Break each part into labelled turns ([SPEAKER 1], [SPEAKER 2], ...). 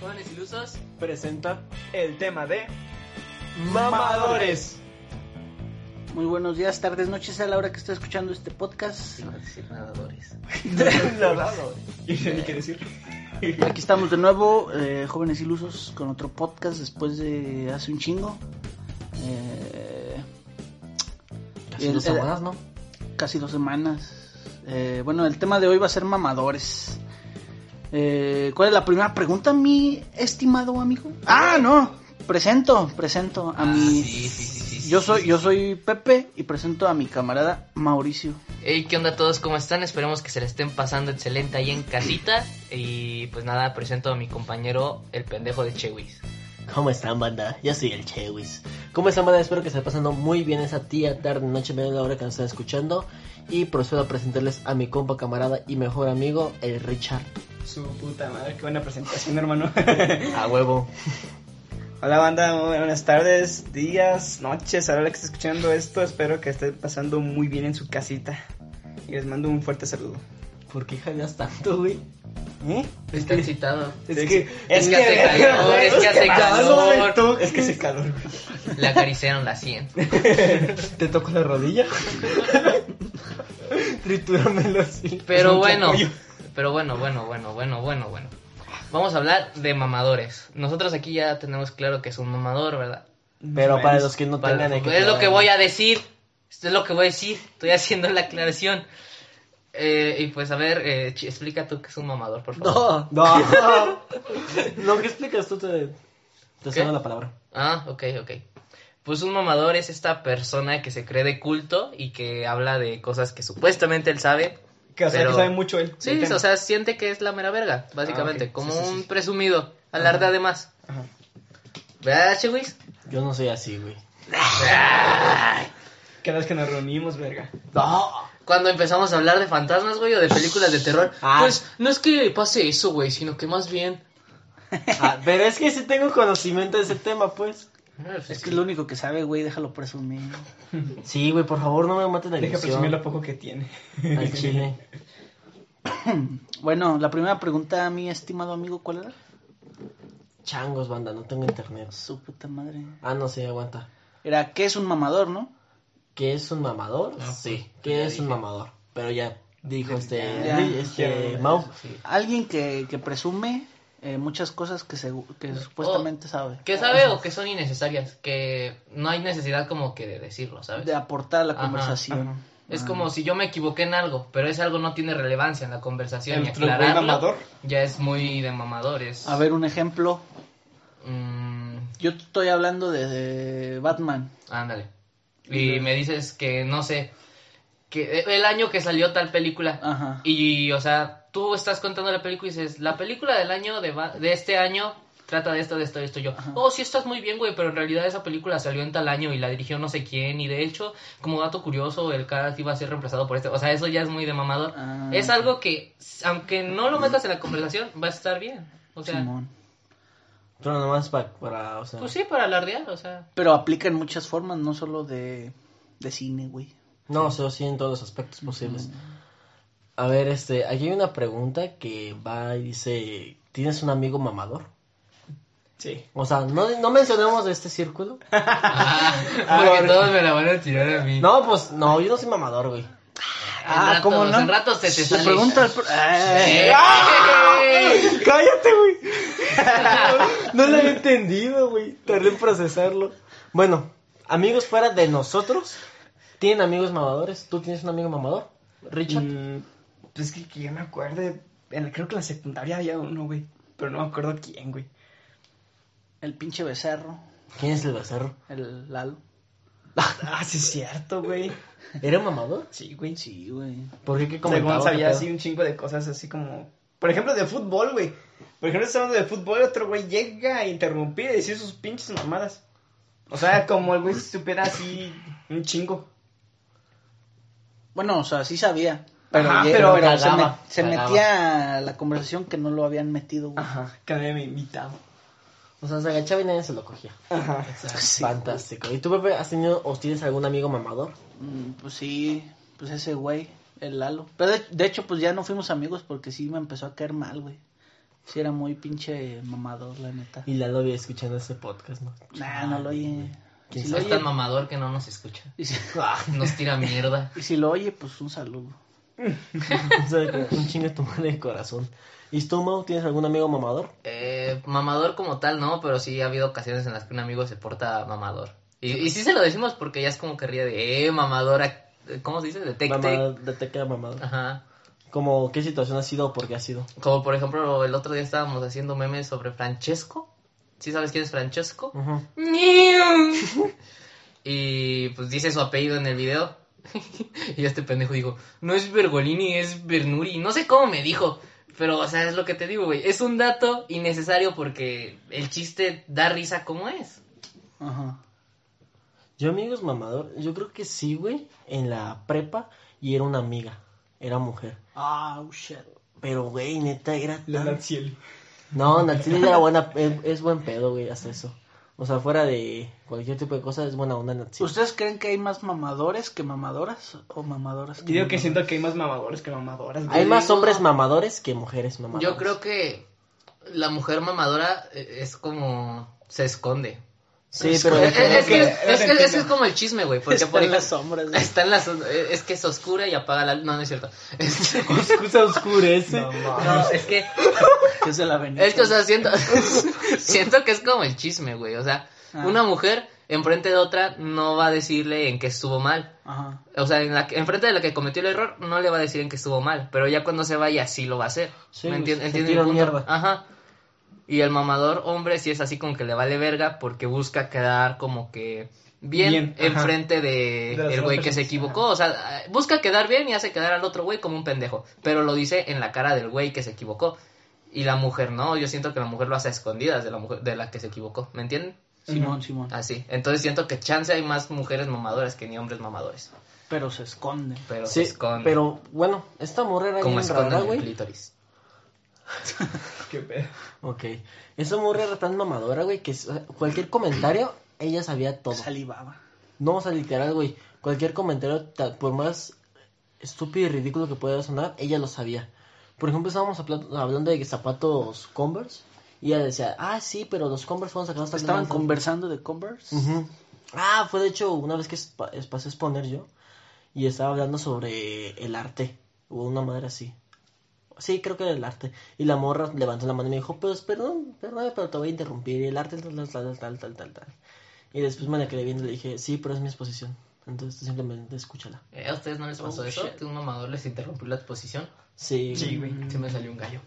[SPEAKER 1] Jóvenes ilusos,
[SPEAKER 2] presenta el tema de mamadores.
[SPEAKER 3] Muy buenos días, tardes, noches a la hora que estoy escuchando este podcast.
[SPEAKER 1] iba a decir nadadores.
[SPEAKER 2] Y ni qué decir.
[SPEAKER 3] Aquí estamos de nuevo, eh, jóvenes ilusos, con otro podcast después de hace un chingo. Eh,
[SPEAKER 1] Casi
[SPEAKER 3] El-
[SPEAKER 2] Eh,
[SPEAKER 1] dos
[SPEAKER 3] el-
[SPEAKER 1] semanas, ¿no?
[SPEAKER 3] casi dos semanas. Eh, bueno, el tema de hoy va a ser mamadores. Eh, ¿Cuál es la primera pregunta, mi estimado amigo? Ah, no, presento, presento a mi...
[SPEAKER 1] Ah, sí, sí, sí, sí, sí,
[SPEAKER 3] Yo
[SPEAKER 1] sí,
[SPEAKER 3] soy,
[SPEAKER 1] sí,
[SPEAKER 3] yo
[SPEAKER 1] sí.
[SPEAKER 3] soy Pepe y presento a mi camarada Mauricio.
[SPEAKER 1] Hey, ¿qué onda todos? ¿Cómo están? Esperemos que se la estén pasando excelente ahí en casita. Y pues nada, presento a mi compañero, el pendejo de Chewis.
[SPEAKER 4] ¿Cómo están, banda? Yo soy el Chewis. ¿Cómo están, banda? Espero que estén pasando muy bien esa tía, tarde, noche, media la hora que nos están escuchando. Y procedo a presentarles a mi compa, camarada y mejor amigo, el Richard.
[SPEAKER 2] Su puta madre, qué buena presentación, hermano.
[SPEAKER 4] A huevo.
[SPEAKER 2] Hola, banda, muy buenas tardes, días, noches, a la hora que esté escuchando esto. Espero que estén pasando muy bien en su casita. Y les mando un fuerte saludo.
[SPEAKER 4] ¿Por qué jadeas tanto, güey?
[SPEAKER 2] ¿Eh?
[SPEAKER 1] Está excitado.
[SPEAKER 2] Es
[SPEAKER 4] Sí.
[SPEAKER 2] que, Ah,
[SPEAKER 1] Es que hace calor,
[SPEAKER 2] güey,
[SPEAKER 1] es que hace
[SPEAKER 2] calor,
[SPEAKER 1] calor.
[SPEAKER 2] tú, Es que hace calor, güey.
[SPEAKER 1] Le acariciaron la sien.
[SPEAKER 4] ¿Te toco la rodilla? Tritúramelo así.
[SPEAKER 1] Pero bueno, pero bueno, bueno, bueno, bueno, bueno, bueno. Vamos a hablar de mamadores. Nosotros aquí ya tenemos claro que es un mamador, ¿verdad?
[SPEAKER 4] Pero
[SPEAKER 2] Más o menos.
[SPEAKER 4] Mm, pues, para los que no
[SPEAKER 1] Para-
[SPEAKER 4] tengan... de qué
[SPEAKER 1] es lo
[SPEAKER 4] hablar.
[SPEAKER 1] que voy a decir. Esto es lo que voy a decir. Estoy haciendo la aclaración. Eh, y pues a ver, eh, Chi- explica tú que es un mamador, por favor.
[SPEAKER 4] No, no. lo que explicas tú te... Te
[SPEAKER 1] ¿Qué?
[SPEAKER 4] cedo la palabra.
[SPEAKER 1] Ah, ok, ok. Pues un mamador es esta persona que se cree de culto y que habla de cosas que supuestamente él sabe.
[SPEAKER 2] Que, o sea,
[SPEAKER 1] Pero-
[SPEAKER 2] que sabe mucho él.
[SPEAKER 1] Sí,
[SPEAKER 2] del tema.
[SPEAKER 1] o sea, siente que es la mera verga, básicamente.
[SPEAKER 2] Ah, ok.
[SPEAKER 1] Como
[SPEAKER 2] Sí, sí, sí.
[SPEAKER 1] un presumido, alarda de más.
[SPEAKER 2] Ajá.
[SPEAKER 1] ¿Verdad, Chewis?
[SPEAKER 4] Yo no soy así, güey.
[SPEAKER 2] Cada vez que nos reunimos, verga.
[SPEAKER 4] No.
[SPEAKER 1] Cuando empezamos a hablar de fantasmas, güey, o de películas de terror.
[SPEAKER 4] Ah.
[SPEAKER 1] Pues no es que pase eso, güey, sino que más bien.
[SPEAKER 4] Ah, pero es que sí tengo conocimiento de ese tema, pues.
[SPEAKER 2] Ah,
[SPEAKER 3] Es que es lo único que sabe, güey, déjalo presumir.
[SPEAKER 4] Sí, güey, por favor, no me maten la
[SPEAKER 2] Deja
[SPEAKER 4] ilusión
[SPEAKER 2] presumir lo poco que tiene.
[SPEAKER 4] al chile.
[SPEAKER 3] Bueno, la primera pregunta, mi estimado amigo, ¿cuál era?
[SPEAKER 4] Changos, banda, no tengo internet.
[SPEAKER 3] Su puta madre.
[SPEAKER 4] Ah, no, sí, aguanta.
[SPEAKER 3] Era, ¿qué es un mamador, no?
[SPEAKER 4] ¿Qué es un mamador?
[SPEAKER 1] Ah,
[SPEAKER 4] sí,
[SPEAKER 1] pues,
[SPEAKER 4] ¿qué
[SPEAKER 1] ya
[SPEAKER 4] es un
[SPEAKER 1] dije.
[SPEAKER 4] mamador? Pero ya dijo este,
[SPEAKER 3] Ya.
[SPEAKER 4] este
[SPEAKER 2] Ya.
[SPEAKER 4] Mau.
[SPEAKER 3] Alguien que, que presume eh, muchas cosas que, se, que supuestamente sabe.
[SPEAKER 1] Que sabe o que son innecesarias, que no hay necesidad como que de decirlo, ¿sabes?
[SPEAKER 3] De aportar a la
[SPEAKER 1] Ajá,
[SPEAKER 3] conversación.
[SPEAKER 2] ajá.
[SPEAKER 1] Es como si yo me equivoqué en algo, pero ese algo no tiene relevancia en la conversación
[SPEAKER 2] El
[SPEAKER 1] y
[SPEAKER 2] otro güey
[SPEAKER 1] aclararlo
[SPEAKER 2] mamador.
[SPEAKER 1] ya es muy de mamadores.
[SPEAKER 3] A ver, un ejemplo.
[SPEAKER 1] Mm,
[SPEAKER 3] Yo te estoy hablando de, de Batman.
[SPEAKER 1] ándale. Y me dices que no sé, que eh, el año que salió tal película
[SPEAKER 3] Ajá.
[SPEAKER 1] y o sea, tú estás contando la película y dices, la película del año de, Ba- de este año trata de esto, de esto, de esto. Y Yo,
[SPEAKER 3] Ajá.
[SPEAKER 1] oh, sí estás muy bien, güey, pero en realidad esa película salió en tal año y la dirigió no sé quién. Y de hecho, como dato curioso, el Karat iba a ser reemplazado por este. O sea, eso ya es muy de mamador.
[SPEAKER 3] Ah.
[SPEAKER 1] Es algo que, aunque no lo metas en la conversación, va a estar bien. O sea,
[SPEAKER 3] Simón.
[SPEAKER 4] Pero nomás para, para o sea,
[SPEAKER 1] pues sí, para alardear, o sea.
[SPEAKER 3] Pero aplica en muchas formas, no solo de, de cine, güey.
[SPEAKER 4] no, o sea, sí en todos los aspectos posibles. A ver, este, aquí hay una pregunta que va y dice, ¿tienes un amigo mamador?
[SPEAKER 2] Sí.
[SPEAKER 4] O sea, no, no mencionemos de este círculo.
[SPEAKER 1] porque todos me la van a tirar a mí.
[SPEAKER 4] No, pues, no, yo no soy mamador, güey.
[SPEAKER 3] Ah, ¿cómo no?
[SPEAKER 1] En ratos se te
[SPEAKER 3] Le
[SPEAKER 1] sale.
[SPEAKER 3] pregunta al... pro- ¡Eh!
[SPEAKER 1] ¡Eh!
[SPEAKER 4] ¡Cállate, güey! no lo había entendido, güey. Tardé en procesarlo. Bueno, amigos fuera de nosotros, ¿tienen amigos mamadores? ¿Tú tienes un amigo mamador? Richard.
[SPEAKER 2] Mm, pues que, que yo me acuerde. en la- creo que en la secundaria había uno, güey. Pero no me acuerdo quién, güey.
[SPEAKER 3] El pinche becerro,
[SPEAKER 4] ¿Quién es el becerro?
[SPEAKER 3] el Lalo.
[SPEAKER 2] Ah, sí, es cierto, güey.
[SPEAKER 4] ¿Era mamador?
[SPEAKER 2] Sí, güey.
[SPEAKER 3] Sí, güey.
[SPEAKER 4] ¿Por qué? ¿Qué
[SPEAKER 2] Según
[SPEAKER 4] comentaba?
[SPEAKER 2] sabía
[SPEAKER 4] ¿Qué
[SPEAKER 2] así un chingo de cosas, así como. Por ejemplo, de fútbol, güey. Por ejemplo, estamos hablando de fútbol, otro güey llega a interrumpir y decir sus pinches mamadas. O sea, como el güey se supiera así un chingo.
[SPEAKER 3] Bueno, o sea, sí sabía. Pero,
[SPEAKER 2] Ajá,
[SPEAKER 3] ye-
[SPEAKER 2] pero
[SPEAKER 3] se,
[SPEAKER 1] cagaba,
[SPEAKER 3] met- se
[SPEAKER 1] cagaba.
[SPEAKER 3] metía a la conversación que no lo habían metido, güey.
[SPEAKER 2] Ajá, que nadie me invitaba.
[SPEAKER 4] O sea, se agachaba y nadie se lo cogía.
[SPEAKER 2] Ajá.
[SPEAKER 3] Sí.
[SPEAKER 4] Fantástico. ¿Y tú, Pepe, has tenido o tienes algún amigo mamador?
[SPEAKER 3] Mm, Pues sí, pues ese güey, el Lalo. Pero de, de hecho, pues ya no fuimos amigos porque sí me empezó a caer mal, güey. Sí era muy pinche mamador, la neta.
[SPEAKER 4] Y la lo vi escuchando ese podcast, ¿no?
[SPEAKER 3] Nah, no lo oye. Y
[SPEAKER 4] ¿Quién
[SPEAKER 3] si lo
[SPEAKER 1] Es
[SPEAKER 3] oye,
[SPEAKER 1] tan mamador que no nos escucha.
[SPEAKER 3] y si,
[SPEAKER 4] Ah,
[SPEAKER 1] Nos tira mierda.
[SPEAKER 3] y si lo oye, pues un saludo.
[SPEAKER 4] o sea, un chingo de tu madre de corazón. ¿Y tú, Mau, tienes algún amigo mamador?
[SPEAKER 1] Eh, mamador como tal, no, pero sí ha habido ocasiones en las que un amigo se porta mamador. Y, y sí se lo decimos porque ya es como que ríe de, eh, mamadora, eh, ¿cómo se dice? Detecte.
[SPEAKER 4] Mamador, detecta mamador.
[SPEAKER 1] Ajá.
[SPEAKER 4] Como, ¿qué situación ha sido o por qué ha sido?
[SPEAKER 1] Como por ejemplo, el otro día estábamos haciendo memes sobre Francesco. ¿Sí sabes quién es Francesco?
[SPEAKER 4] Ajá.
[SPEAKER 1] y pues dice su apellido en el video. y este pendejo dijo, no es Bergolini, es Bernuri. No sé cómo me dijo. Pero, o sea, es lo que te digo, güey. Es un dato innecesario porque el chiste da risa como es.
[SPEAKER 3] Ajá.
[SPEAKER 4] Yo, amigos mamador, yo creo que sí, güey, en la prepa y era una amiga, era mujer.
[SPEAKER 3] Ah, oh, shit.
[SPEAKER 4] Pero, güey, neta, era
[SPEAKER 2] La
[SPEAKER 4] tan...
[SPEAKER 2] Natsiel.
[SPEAKER 4] No, Natsili era buena, es, es buen pedo, güey, hace eso. O sea, fuera de cualquier tipo de cosa, es buena onda Natsili.
[SPEAKER 3] ¿Ustedes creen que hay más mamadores que mamadoras? ¿O mamadoras que
[SPEAKER 2] Digo que
[SPEAKER 3] mamadoras?
[SPEAKER 2] siento que hay más mamadores que mamadoras. güey.
[SPEAKER 4] Hay más hombres mamadores que mujeres mamadoras.
[SPEAKER 1] Pues, Yo creo que la mujer mamadora eh, es como... se esconde.
[SPEAKER 4] Sí, pero...
[SPEAKER 1] es, es- es que,
[SPEAKER 2] que-
[SPEAKER 1] es que-
[SPEAKER 2] no te
[SPEAKER 1] ese es como el chisme, güey. Porque,
[SPEAKER 3] Está
[SPEAKER 1] por
[SPEAKER 3] en
[SPEAKER 1] ejemplo,
[SPEAKER 3] las sombras. güey.
[SPEAKER 1] está en las... Es que es oscura y apaga la... No, no es cierto. Es-
[SPEAKER 4] Se oscurece.
[SPEAKER 1] no, es que...
[SPEAKER 3] Que se la venía.
[SPEAKER 1] Es que, o sea, siento, siento que es como el chisme, güey. O sea,
[SPEAKER 3] Ah.
[SPEAKER 1] una mujer enfrente de otra no va a decirle en que estuvo mal.
[SPEAKER 3] Ajá.
[SPEAKER 1] O sea, en la, que- enfrente de la que cometió el error no le va a decir en que estuvo mal. Pero ya cuando se vaya, sí lo va a hacer.
[SPEAKER 4] Sí,
[SPEAKER 1] ¿Me
[SPEAKER 4] pues,
[SPEAKER 1] entiendes?
[SPEAKER 4] se tira mierda.
[SPEAKER 1] Ajá. Y el mamador hombre sí es así con que le vale verga porque busca quedar como que bien,
[SPEAKER 2] Bien, ajá.
[SPEAKER 1] enfrente de,
[SPEAKER 2] De las
[SPEAKER 1] el
[SPEAKER 2] otras
[SPEAKER 1] güey que se
[SPEAKER 2] personas,
[SPEAKER 1] equivocó. O sea, busca quedar bien y hace quedar al otro güey como un pendejo. Pero lo dice en la cara del güey que se equivocó. Y la mujer no, yo siento que la mujer lo hace a escondidas de la mujer de la que se equivocó, ¿me entienden?
[SPEAKER 3] Simón, Simón.
[SPEAKER 1] Así. Entonces siento que chance hay más mujeres mamadoras que ni hombres mamadores.
[SPEAKER 3] Pero se esconde.
[SPEAKER 1] Pero
[SPEAKER 4] Sí,
[SPEAKER 1] se esconden.
[SPEAKER 4] pero pues bueno, esta morra era
[SPEAKER 1] como
[SPEAKER 4] bien rara,
[SPEAKER 1] esconden el
[SPEAKER 4] güey.
[SPEAKER 1] clítoris.
[SPEAKER 2] Qué pedo.
[SPEAKER 4] Ok. Esa morra era tan mamadora, güey, que s- cualquier comentario, ella sabía todo.
[SPEAKER 3] Salivaba.
[SPEAKER 4] No, o sea, literal, güey. Cualquier comentario, ta- por más estúpido y ridículo que pueda sonar, ella lo sabía. Por ejemplo, estábamos habla- hablando de zapatos Converse. Y ella decía, ah, sí, pero los Converse fueron sacados también
[SPEAKER 3] Estaban
[SPEAKER 4] antes".
[SPEAKER 3] conversando de Converse.
[SPEAKER 4] Ujú. Ah, fue de hecho una vez que espa- es- pasé a exponer yo. Y estaba hablando sobre el arte. O una madre así. Sí, creo que era el arte. Y la morra levantó la mano y me dijo, pues perdón, perdón, pero te voy a interrumpir. El arte, tal, tal, tal, tal, tal, tal, tal. Y después me la quedé viendo y le dije, sí, pero es mi exposición. Entonces tú simplemente escúchala.
[SPEAKER 1] Eh, ¿A ustedes no les pasó
[SPEAKER 4] Oh,
[SPEAKER 1] eso?
[SPEAKER 4] shit.
[SPEAKER 1] Que un mamador les interrumpió la exposición. Mm.
[SPEAKER 4] Sí.
[SPEAKER 2] Sí, güey.
[SPEAKER 1] Se me salió un gallo.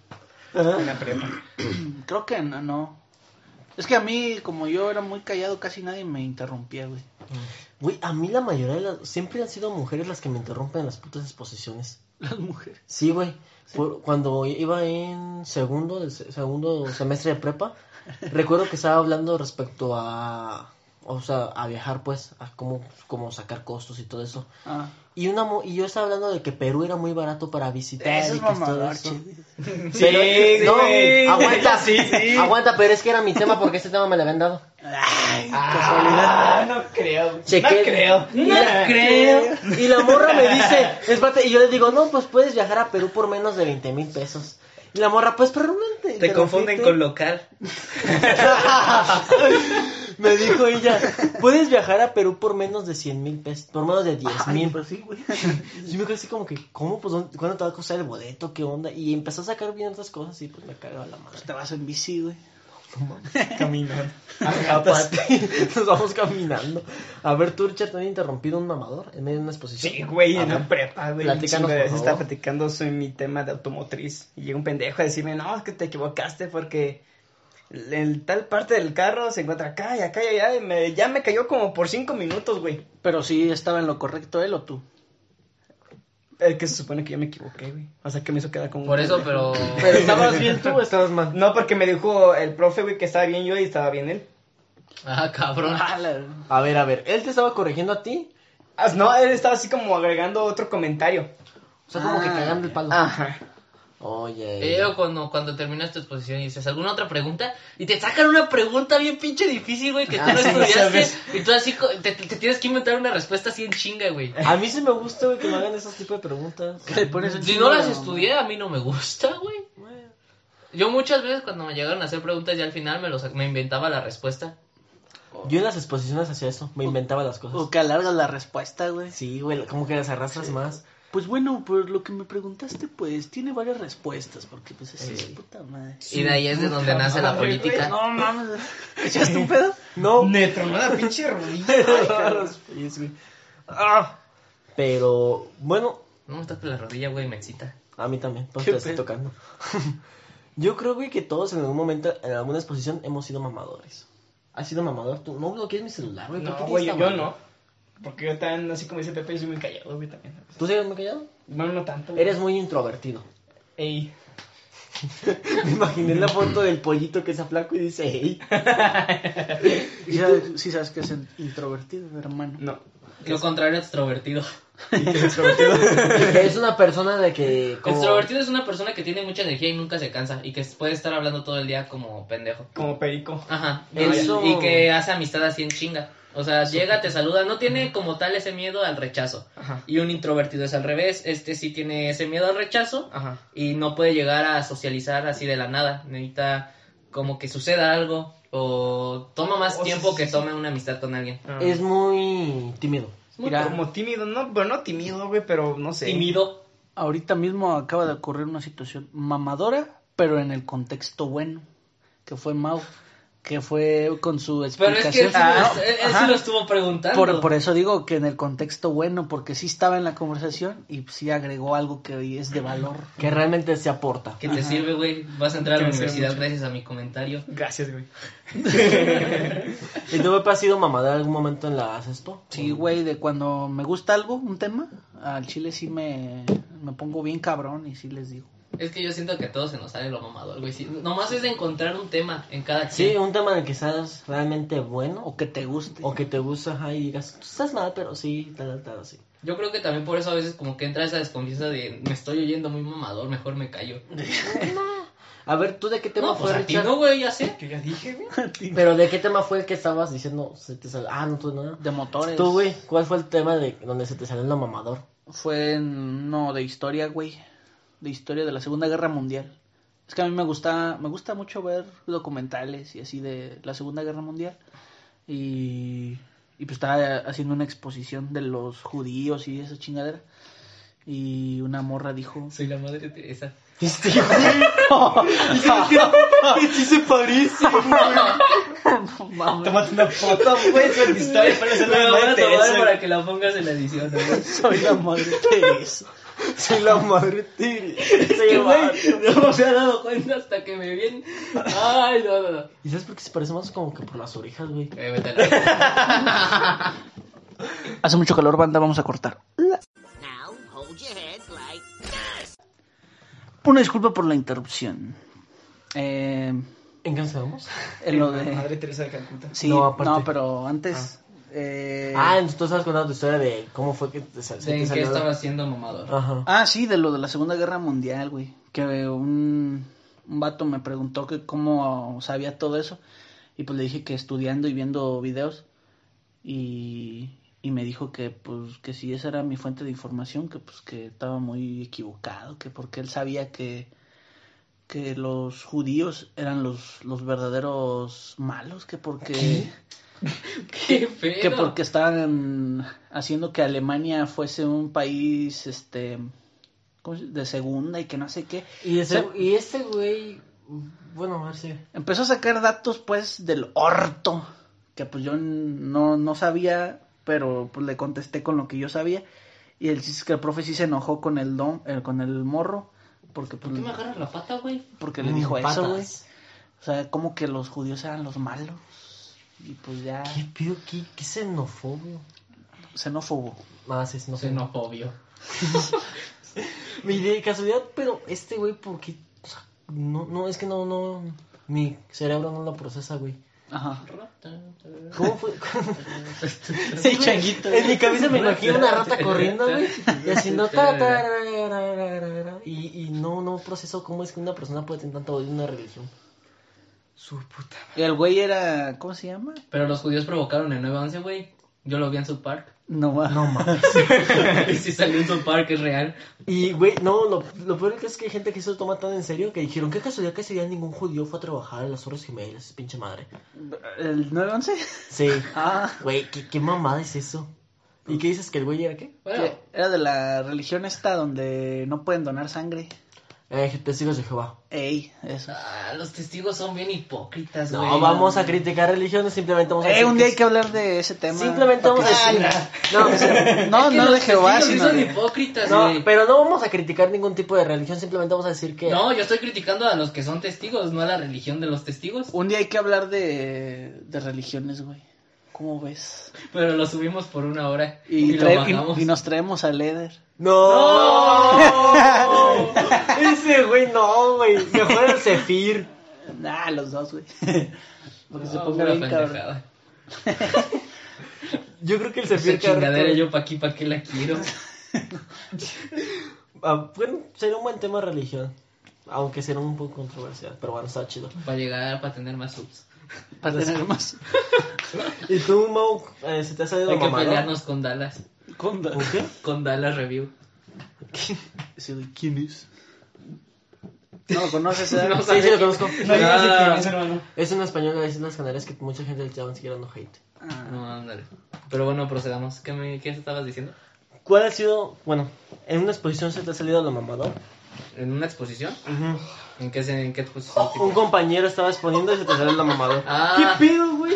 [SPEAKER 2] En la prepa.
[SPEAKER 3] Creo que no, no. Es que a mí, como yo era muy callado, casi nadie me interrumpía, güey.
[SPEAKER 4] Güey, a mí la mayoría de las... Siempre han sido mujeres las que me interrumpen en las putas exposiciones.
[SPEAKER 3] Las mujeres.
[SPEAKER 4] Sí, güey. Por- Cuando iba en segundo, del se- segundo semestre de prepa, recuerdo que estaba hablando respecto a, o sea, a viajar, pues, a cómo, cómo sacar costos y todo eso.
[SPEAKER 3] Ah,
[SPEAKER 4] Y una mo- y yo estaba hablando de que Perú era muy barato para visitar.
[SPEAKER 3] eso
[SPEAKER 4] y
[SPEAKER 3] es
[SPEAKER 4] que todo
[SPEAKER 3] mamador,
[SPEAKER 4] eso.
[SPEAKER 3] che.
[SPEAKER 4] Pero-
[SPEAKER 2] sí,
[SPEAKER 4] no,
[SPEAKER 2] güey.
[SPEAKER 4] aguanta,
[SPEAKER 2] Sí, sí.
[SPEAKER 4] aguanta, pero es que era mi tema porque ese tema me lo habían dado.
[SPEAKER 3] Ay,
[SPEAKER 2] Ah, no creo.
[SPEAKER 4] Chequé-
[SPEAKER 2] No creo.
[SPEAKER 4] Y la- Y la morra me dice, espérate, y yo le digo, no, pues puedes viajar a Perú por menos de 20 mil pesos. Y la morra, pues, pero realmente.
[SPEAKER 1] Te confunden con local.
[SPEAKER 4] Me dijo ella, puedes viajar a Perú por menos de 100 mil pesos, por menos de 10
[SPEAKER 3] Ay,
[SPEAKER 4] mil.
[SPEAKER 3] pues sí, güey.
[SPEAKER 4] Yo me quedé así como que, ¿cómo? Pues, ¿dónde- ¿cuándo te va a costar el boleto? ¿Qué onda? Y empezó a sacar bien otras cosas y pues me cagaba la madre.
[SPEAKER 3] Pues te vas en bici, güey.
[SPEAKER 2] Caminar.
[SPEAKER 4] Aparte, Nos vamos caminando. A ver, tú, Richard, ¿te han interrumpido un mamador en medio de una exposición?
[SPEAKER 2] Sí, güey,
[SPEAKER 4] A
[SPEAKER 2] en
[SPEAKER 4] ver.
[SPEAKER 2] la prepa, güey.
[SPEAKER 4] Platícanos,
[SPEAKER 2] un chingo de
[SPEAKER 4] por
[SPEAKER 2] veces
[SPEAKER 4] favor.
[SPEAKER 2] estaba platicando sobre mi tema de automotriz. Y llega un pendejo a decirme, no, es que te equivocaste porque en tal parte del carro se encuentra acá y acá y allá. Y me- ya me cayó como por cinco minutos, güey.
[SPEAKER 3] Pero sí estaba en lo correcto él o tú.
[SPEAKER 2] El Eh, que se supone que yo me equivoqué, güey. O sea, que me hizo quedar como. un
[SPEAKER 1] Por eso,
[SPEAKER 2] pendejo.
[SPEAKER 1] pero.
[SPEAKER 4] Pero estabas bien tú este. o estabas mal.
[SPEAKER 2] No, porque me dijo el profe, güey, que estaba bien yo y estaba bien él.
[SPEAKER 1] Ah, cabrón.
[SPEAKER 4] A ver, a ver, él te estaba corrigiendo a ti.
[SPEAKER 2] Ah, No, él estaba así como agregando otro comentario.
[SPEAKER 4] O sea, como que
[SPEAKER 3] Ah.
[SPEAKER 4] cagando el palo.
[SPEAKER 2] Ajá.
[SPEAKER 4] Oye.
[SPEAKER 1] Eh, o cuando, cuando terminas tu exposición y dices, ¿alguna otra pregunta? Y te sacan una pregunta bien pinche difícil, güey,
[SPEAKER 4] Ah,
[SPEAKER 1] que tú no estudiaste. Y tú así, co- te, te tienes que inventar una respuesta así en chinga, güey.
[SPEAKER 4] A mí sí me gusta, güey, que me hagan esos tipos de preguntas.
[SPEAKER 1] Si no las estudié, a mí no me gusta, güey. Yo muchas veces cuando me llegaron a hacer preguntas ya al final me, los, me inventaba la respuesta.
[SPEAKER 4] Yo en las exposiciones hacía eso, me inventaba las cosas.
[SPEAKER 3] O que alargas la respuesta, güey.
[SPEAKER 4] Sí, güey, como que las arrastras más.
[SPEAKER 3] Pues bueno, por lo que me preguntaste, pues tiene varias respuestas, porque pues es
[SPEAKER 4] Sí.
[SPEAKER 1] Eh.
[SPEAKER 3] es puta madre.
[SPEAKER 1] Y de ahí es de donde nace la
[SPEAKER 2] madre, güey,
[SPEAKER 1] política.
[SPEAKER 3] No mames, ¿echaste un pedo?
[SPEAKER 4] No.
[SPEAKER 2] Me tronó la pinche rodilla.
[SPEAKER 1] Eh.
[SPEAKER 4] Ah. Pero, bueno,
[SPEAKER 1] No me toques la rodilla, güey, mencita.
[SPEAKER 4] a mí también, pues
[SPEAKER 3] Qué
[SPEAKER 4] te la estoy
[SPEAKER 3] pedo.
[SPEAKER 4] tocando. Yo creo, güey, que todos en algún momento, en alguna exposición, hemos sido mamadores. ¿Has sido mamador tú? No bloquees mi celular, güey. ¿por qué
[SPEAKER 2] No,
[SPEAKER 4] tienes
[SPEAKER 2] güey, yo,
[SPEAKER 4] esta
[SPEAKER 2] yo
[SPEAKER 4] mano?
[SPEAKER 2] no. Porque yo también, así como dice Pepe, yo soy muy callado, güey, también.
[SPEAKER 4] ¿Tú sigues muy callado?
[SPEAKER 2] Bueno, no tanto. güey.
[SPEAKER 4] Eres muy introvertido.
[SPEAKER 2] Ey.
[SPEAKER 4] Me imaginé la foto del pollito que está flaco y dice, hey.
[SPEAKER 3] Y sabes- Sí sabes que es introvertido, hermano.
[SPEAKER 2] No.
[SPEAKER 1] Lo contrario, extrovertido.
[SPEAKER 4] es una persona de que... como-
[SPEAKER 1] Extrovertido es una persona que tiene mucha energía y nunca se cansa y que puede estar hablando todo el día como pendejo.
[SPEAKER 2] Como perico.
[SPEAKER 1] Ajá.
[SPEAKER 4] No, eso-
[SPEAKER 1] Y que hace amistad así en chinga. O sea, llega, te saluda, no tiene como tal ese miedo al rechazo.
[SPEAKER 2] Ajá.
[SPEAKER 1] Y un introvertido es al revés, este sí tiene ese miedo al rechazo
[SPEAKER 2] Ajá.
[SPEAKER 1] y no puede llegar a socializar así de la nada. Necesita como que suceda algo o toma
[SPEAKER 2] O
[SPEAKER 1] más
[SPEAKER 2] sea,
[SPEAKER 1] tiempo
[SPEAKER 2] sí,
[SPEAKER 1] que
[SPEAKER 2] sí.
[SPEAKER 1] tome una amistad con alguien.
[SPEAKER 4] Es muy tímido.
[SPEAKER 2] muy
[SPEAKER 3] Mira.
[SPEAKER 2] como tímido, no, pero no tímido, güey, pero no sé.
[SPEAKER 1] Tímido.
[SPEAKER 3] Ahorita mismo acaba de ocurrir una situación mamadora, pero en el contexto bueno, que fue Mau, que fue con su
[SPEAKER 1] Pero
[SPEAKER 3] explicación.
[SPEAKER 1] es que él, sí lo-
[SPEAKER 3] Ah,
[SPEAKER 1] él- él sí
[SPEAKER 3] ajá.
[SPEAKER 1] lo estuvo preguntando.
[SPEAKER 3] Por, por eso digo que en el contexto bueno, porque sí estaba en la conversación y sí agregó algo que hoy es de valor.
[SPEAKER 4] Que realmente se aporta.
[SPEAKER 1] ¿Qué te sirve, güey? Vas a entrar a
[SPEAKER 2] Te va
[SPEAKER 1] la
[SPEAKER 2] a servir
[SPEAKER 1] universidad
[SPEAKER 2] mucho.
[SPEAKER 1] gracias a mi comentario.
[SPEAKER 2] Gracias, güey.
[SPEAKER 4] ¿Y tu papá ha sido mamador en algún momento en la esto?
[SPEAKER 3] Sí, güey, de cuando me gusta algo, un tema, al chile sí me, me pongo bien cabrón y sí les digo.
[SPEAKER 1] Es que yo siento que a todos se nos sale lo mamador, güey. Sí, nomás es de encontrar un tema en cada
[SPEAKER 4] Sí,
[SPEAKER 1] quien.
[SPEAKER 4] un tema en el que seas realmente bueno
[SPEAKER 3] O que te guste.
[SPEAKER 4] o que te gusta ajá, y digas, tú estás mal, pero sí, tal, tal, tal, así.
[SPEAKER 1] Yo creo que también por eso a veces como que entra esa desconfianza de me estoy oyendo muy mamador, mejor me callo.
[SPEAKER 4] A ver, ¿tú de qué tema
[SPEAKER 1] No,
[SPEAKER 4] fue,
[SPEAKER 1] pues a ti
[SPEAKER 4] Richard?
[SPEAKER 1] no, güey, ya sé.
[SPEAKER 2] Yo ya dije, güey.
[SPEAKER 4] Pero ¿de qué tema fue el que estabas diciendo? Se te sal- Ah, no, tú no.
[SPEAKER 3] De motores.
[SPEAKER 4] Tú, güey, ¿cuál fue el tema de donde se te salió lo mamador?
[SPEAKER 3] Fue en, no, de historia, güey. De historia de la Segunda Guerra Mundial. Es que a mí me gusta, me gusta mucho ver documentales y así de la Segunda Guerra Mundial. Y, y pues estaba haciendo una exposición de los judíos y esa chingadera. Y una morra dijo...
[SPEAKER 1] Soy la madre Teresa.
[SPEAKER 4] Este, güey. Sí se parece.
[SPEAKER 3] "No mames,
[SPEAKER 2] Tómate una foto, güey, su historia, pero
[SPEAKER 1] Me
[SPEAKER 2] es
[SPEAKER 1] la
[SPEAKER 2] la
[SPEAKER 1] voy a
[SPEAKER 2] madre Teresa,
[SPEAKER 1] tomar
[SPEAKER 2] güey.
[SPEAKER 1] para que la pongas en la edición, güey.
[SPEAKER 3] soy la madre Teresa.
[SPEAKER 4] Soy la madre tigre.
[SPEAKER 1] Que, güey, no me había dado cuenta hasta que me vi en- Ay, no, no, no.
[SPEAKER 4] ¿Y sabes por qué se parece más como que por las orejas, güey?
[SPEAKER 1] Eh, vete a la-
[SPEAKER 3] Hace mucho calor, banda, vamos a cortar.
[SPEAKER 5] Now hold your head like
[SPEAKER 3] Una disculpa por la interrupción. Eh,
[SPEAKER 4] ¿En qué nos quedamos?
[SPEAKER 3] en
[SPEAKER 5] Eh,
[SPEAKER 3] lo
[SPEAKER 2] La
[SPEAKER 3] de...
[SPEAKER 2] Madre Teresa de Calcuta.
[SPEAKER 3] Sí,
[SPEAKER 4] No,
[SPEAKER 3] no,
[SPEAKER 4] aparte.
[SPEAKER 3] pero antes... eh,
[SPEAKER 4] Ah, entonces tú estabas contando tu historia de cómo fue que te sal- se
[SPEAKER 1] ¿De
[SPEAKER 4] te
[SPEAKER 1] en qué
[SPEAKER 4] salió. la-
[SPEAKER 1] estaba siendo mamador?
[SPEAKER 4] Ajá.
[SPEAKER 3] Ah, sí, de lo de la Segunda Guerra Mundial, güey. Que un, un vato me preguntó que cómo sabía todo eso. Y pues le dije que estudiando y viendo videos. Y, y me dijo que pues que si esa era mi fuente de información, que pues que estaba muy equivocado, que porque él sabía que, que los judíos eran los, los verdaderos malos, que porque
[SPEAKER 1] ¡Qué feo!
[SPEAKER 3] que porque estaban haciendo que Alemania fuese un país este ¿cómo se- de segunda y que no sé qué.
[SPEAKER 4] Y ese,
[SPEAKER 3] Sí.
[SPEAKER 4] y ese güey. Bueno, a ver si.
[SPEAKER 3] Empezó a sacar datos pues del orto, que pues yo no, no sabía, pero pues le contesté con lo que yo sabía. Y el chiste es que el profe sí se enojó con el don, eh, con el morro, porque pues,
[SPEAKER 1] ¿Por qué me agarras la pata, güey?
[SPEAKER 3] porque le dijo
[SPEAKER 4] Patas.
[SPEAKER 3] eso, güey. O sea, como que los judíos eran los malos. Y pues ya
[SPEAKER 4] ¿Qué pido? ¿Qué, qué xenofobio?
[SPEAKER 3] xenófobo.
[SPEAKER 4] Ah, sí, no sé.
[SPEAKER 1] Xenofobio.
[SPEAKER 4] Y de casualidad, pero este güey, ¿por qué? O sea, no, no, es que no, no. Mi cerebro no lo procesa, güey.
[SPEAKER 3] Ajá.
[SPEAKER 4] ¿Cómo fue?
[SPEAKER 3] Sí, changuito.
[SPEAKER 4] En mi cabeza me imagino una rata corriendo, güey. Y haciendo ta, ta, ra, ra, ra, ra, ra, ra. Y, y no, no proceso cómo es que una persona puede tener tanto odio en una religión. Su puta madre.
[SPEAKER 3] El güey era. ¿Cómo se llama?
[SPEAKER 1] Pero los judíos provocaron el 9-11, güey. Yo lo vi en South Park.
[SPEAKER 3] No, ma-
[SPEAKER 4] No mames.
[SPEAKER 1] y si salió en South Park, es real.
[SPEAKER 4] Y, güey, no, lo, lo peor que es que hay gente que se lo toma tan en serio que dijeron: ¿Qué casualidad que ese día ningún judío fue a trabajar en las Torres Gemelas? Pinche madre.
[SPEAKER 3] ¿El 911?
[SPEAKER 4] Sí.
[SPEAKER 3] Ah.
[SPEAKER 4] Güey, ¿qué, ¿qué mamada es eso? ¿Y qué dices que el güey era qué?
[SPEAKER 1] Bueno,
[SPEAKER 3] Que Era de la religión esta donde no pueden donar sangre.
[SPEAKER 4] Eh, testigos de Jehová.
[SPEAKER 3] Ey, eso.
[SPEAKER 1] ah, los testigos son bien hipócritas,
[SPEAKER 4] No,
[SPEAKER 1] güey.
[SPEAKER 4] vamos a criticar religiones, simplemente vamos a
[SPEAKER 3] Eh,
[SPEAKER 4] decir
[SPEAKER 3] un día
[SPEAKER 4] que-
[SPEAKER 3] hay que hablar de ese tema.
[SPEAKER 4] Simplemente vamos a decir. No, o sea,
[SPEAKER 3] No,
[SPEAKER 1] Es
[SPEAKER 3] no
[SPEAKER 1] que
[SPEAKER 3] de
[SPEAKER 1] los
[SPEAKER 3] Jehová,
[SPEAKER 1] testigos
[SPEAKER 3] sino
[SPEAKER 1] sí son
[SPEAKER 3] de...
[SPEAKER 1] hipócritas,
[SPEAKER 4] no,
[SPEAKER 1] güey.
[SPEAKER 4] pero no vamos a criticar ningún tipo de religión, simplemente vamos a decir que.
[SPEAKER 1] No, yo estoy criticando a los que son testigos, no a la religión de los testigos.
[SPEAKER 3] Un día hay que hablar de, de religiones, güey. ¿Cómo ves?
[SPEAKER 1] Pero lo subimos por una hora y,
[SPEAKER 3] Y,
[SPEAKER 1] lo
[SPEAKER 3] trae- y-
[SPEAKER 1] bajamos.
[SPEAKER 3] y nos traemos a Leder.
[SPEAKER 4] ¡No! Ese güey, no, güey. Mejor el Zephyr.
[SPEAKER 3] Nah, los dos, güey. Porque se
[SPEAKER 1] No,
[SPEAKER 3] ponga
[SPEAKER 1] Ah, pura
[SPEAKER 3] bien cabrón.
[SPEAKER 1] pendejada.
[SPEAKER 4] Yo creo que el
[SPEAKER 1] Esa
[SPEAKER 4] Zephyr
[SPEAKER 1] chingadera yo pa' aquí, pa' qué la quiero.
[SPEAKER 4] Ah, bueno, sería un buen tema religión. Aunque será un poco controversial, pero bueno, está chido.
[SPEAKER 1] Para llegar, para tener más subs.
[SPEAKER 3] Para tener más
[SPEAKER 4] ¿Y tú, Mau, eh, se te ha salido
[SPEAKER 1] Hay que
[SPEAKER 4] mamada?
[SPEAKER 1] pelearnos con Dallas.
[SPEAKER 3] conda.
[SPEAKER 4] ¿Con qué?
[SPEAKER 1] Con Dallas Review.
[SPEAKER 3] Ese güey, ¿quién es? No lo conoces, ¿eh?
[SPEAKER 1] No
[SPEAKER 4] Sí, sí, lo conozco.
[SPEAKER 2] No, yo no sé
[SPEAKER 1] Ah.
[SPEAKER 2] quién es, hermano.
[SPEAKER 4] Es un español de las Islas Canarias que mucha gente le estaba tirando hate.
[SPEAKER 3] Ah,
[SPEAKER 1] No, ándale. Pero bueno, procedamos. ¿Qué, me, ¿Qué estabas diciendo?
[SPEAKER 4] ¿Cuál ha sido, bueno, en una exposición se te ha salido lo mamador?
[SPEAKER 1] ¿En una exposición? ¿En qué, se- en qué exposición? tipo?
[SPEAKER 4] Un compañero estaba exponiendo y se te salió lo mamador.
[SPEAKER 1] Ah.
[SPEAKER 4] ¿Qué pedo, güey?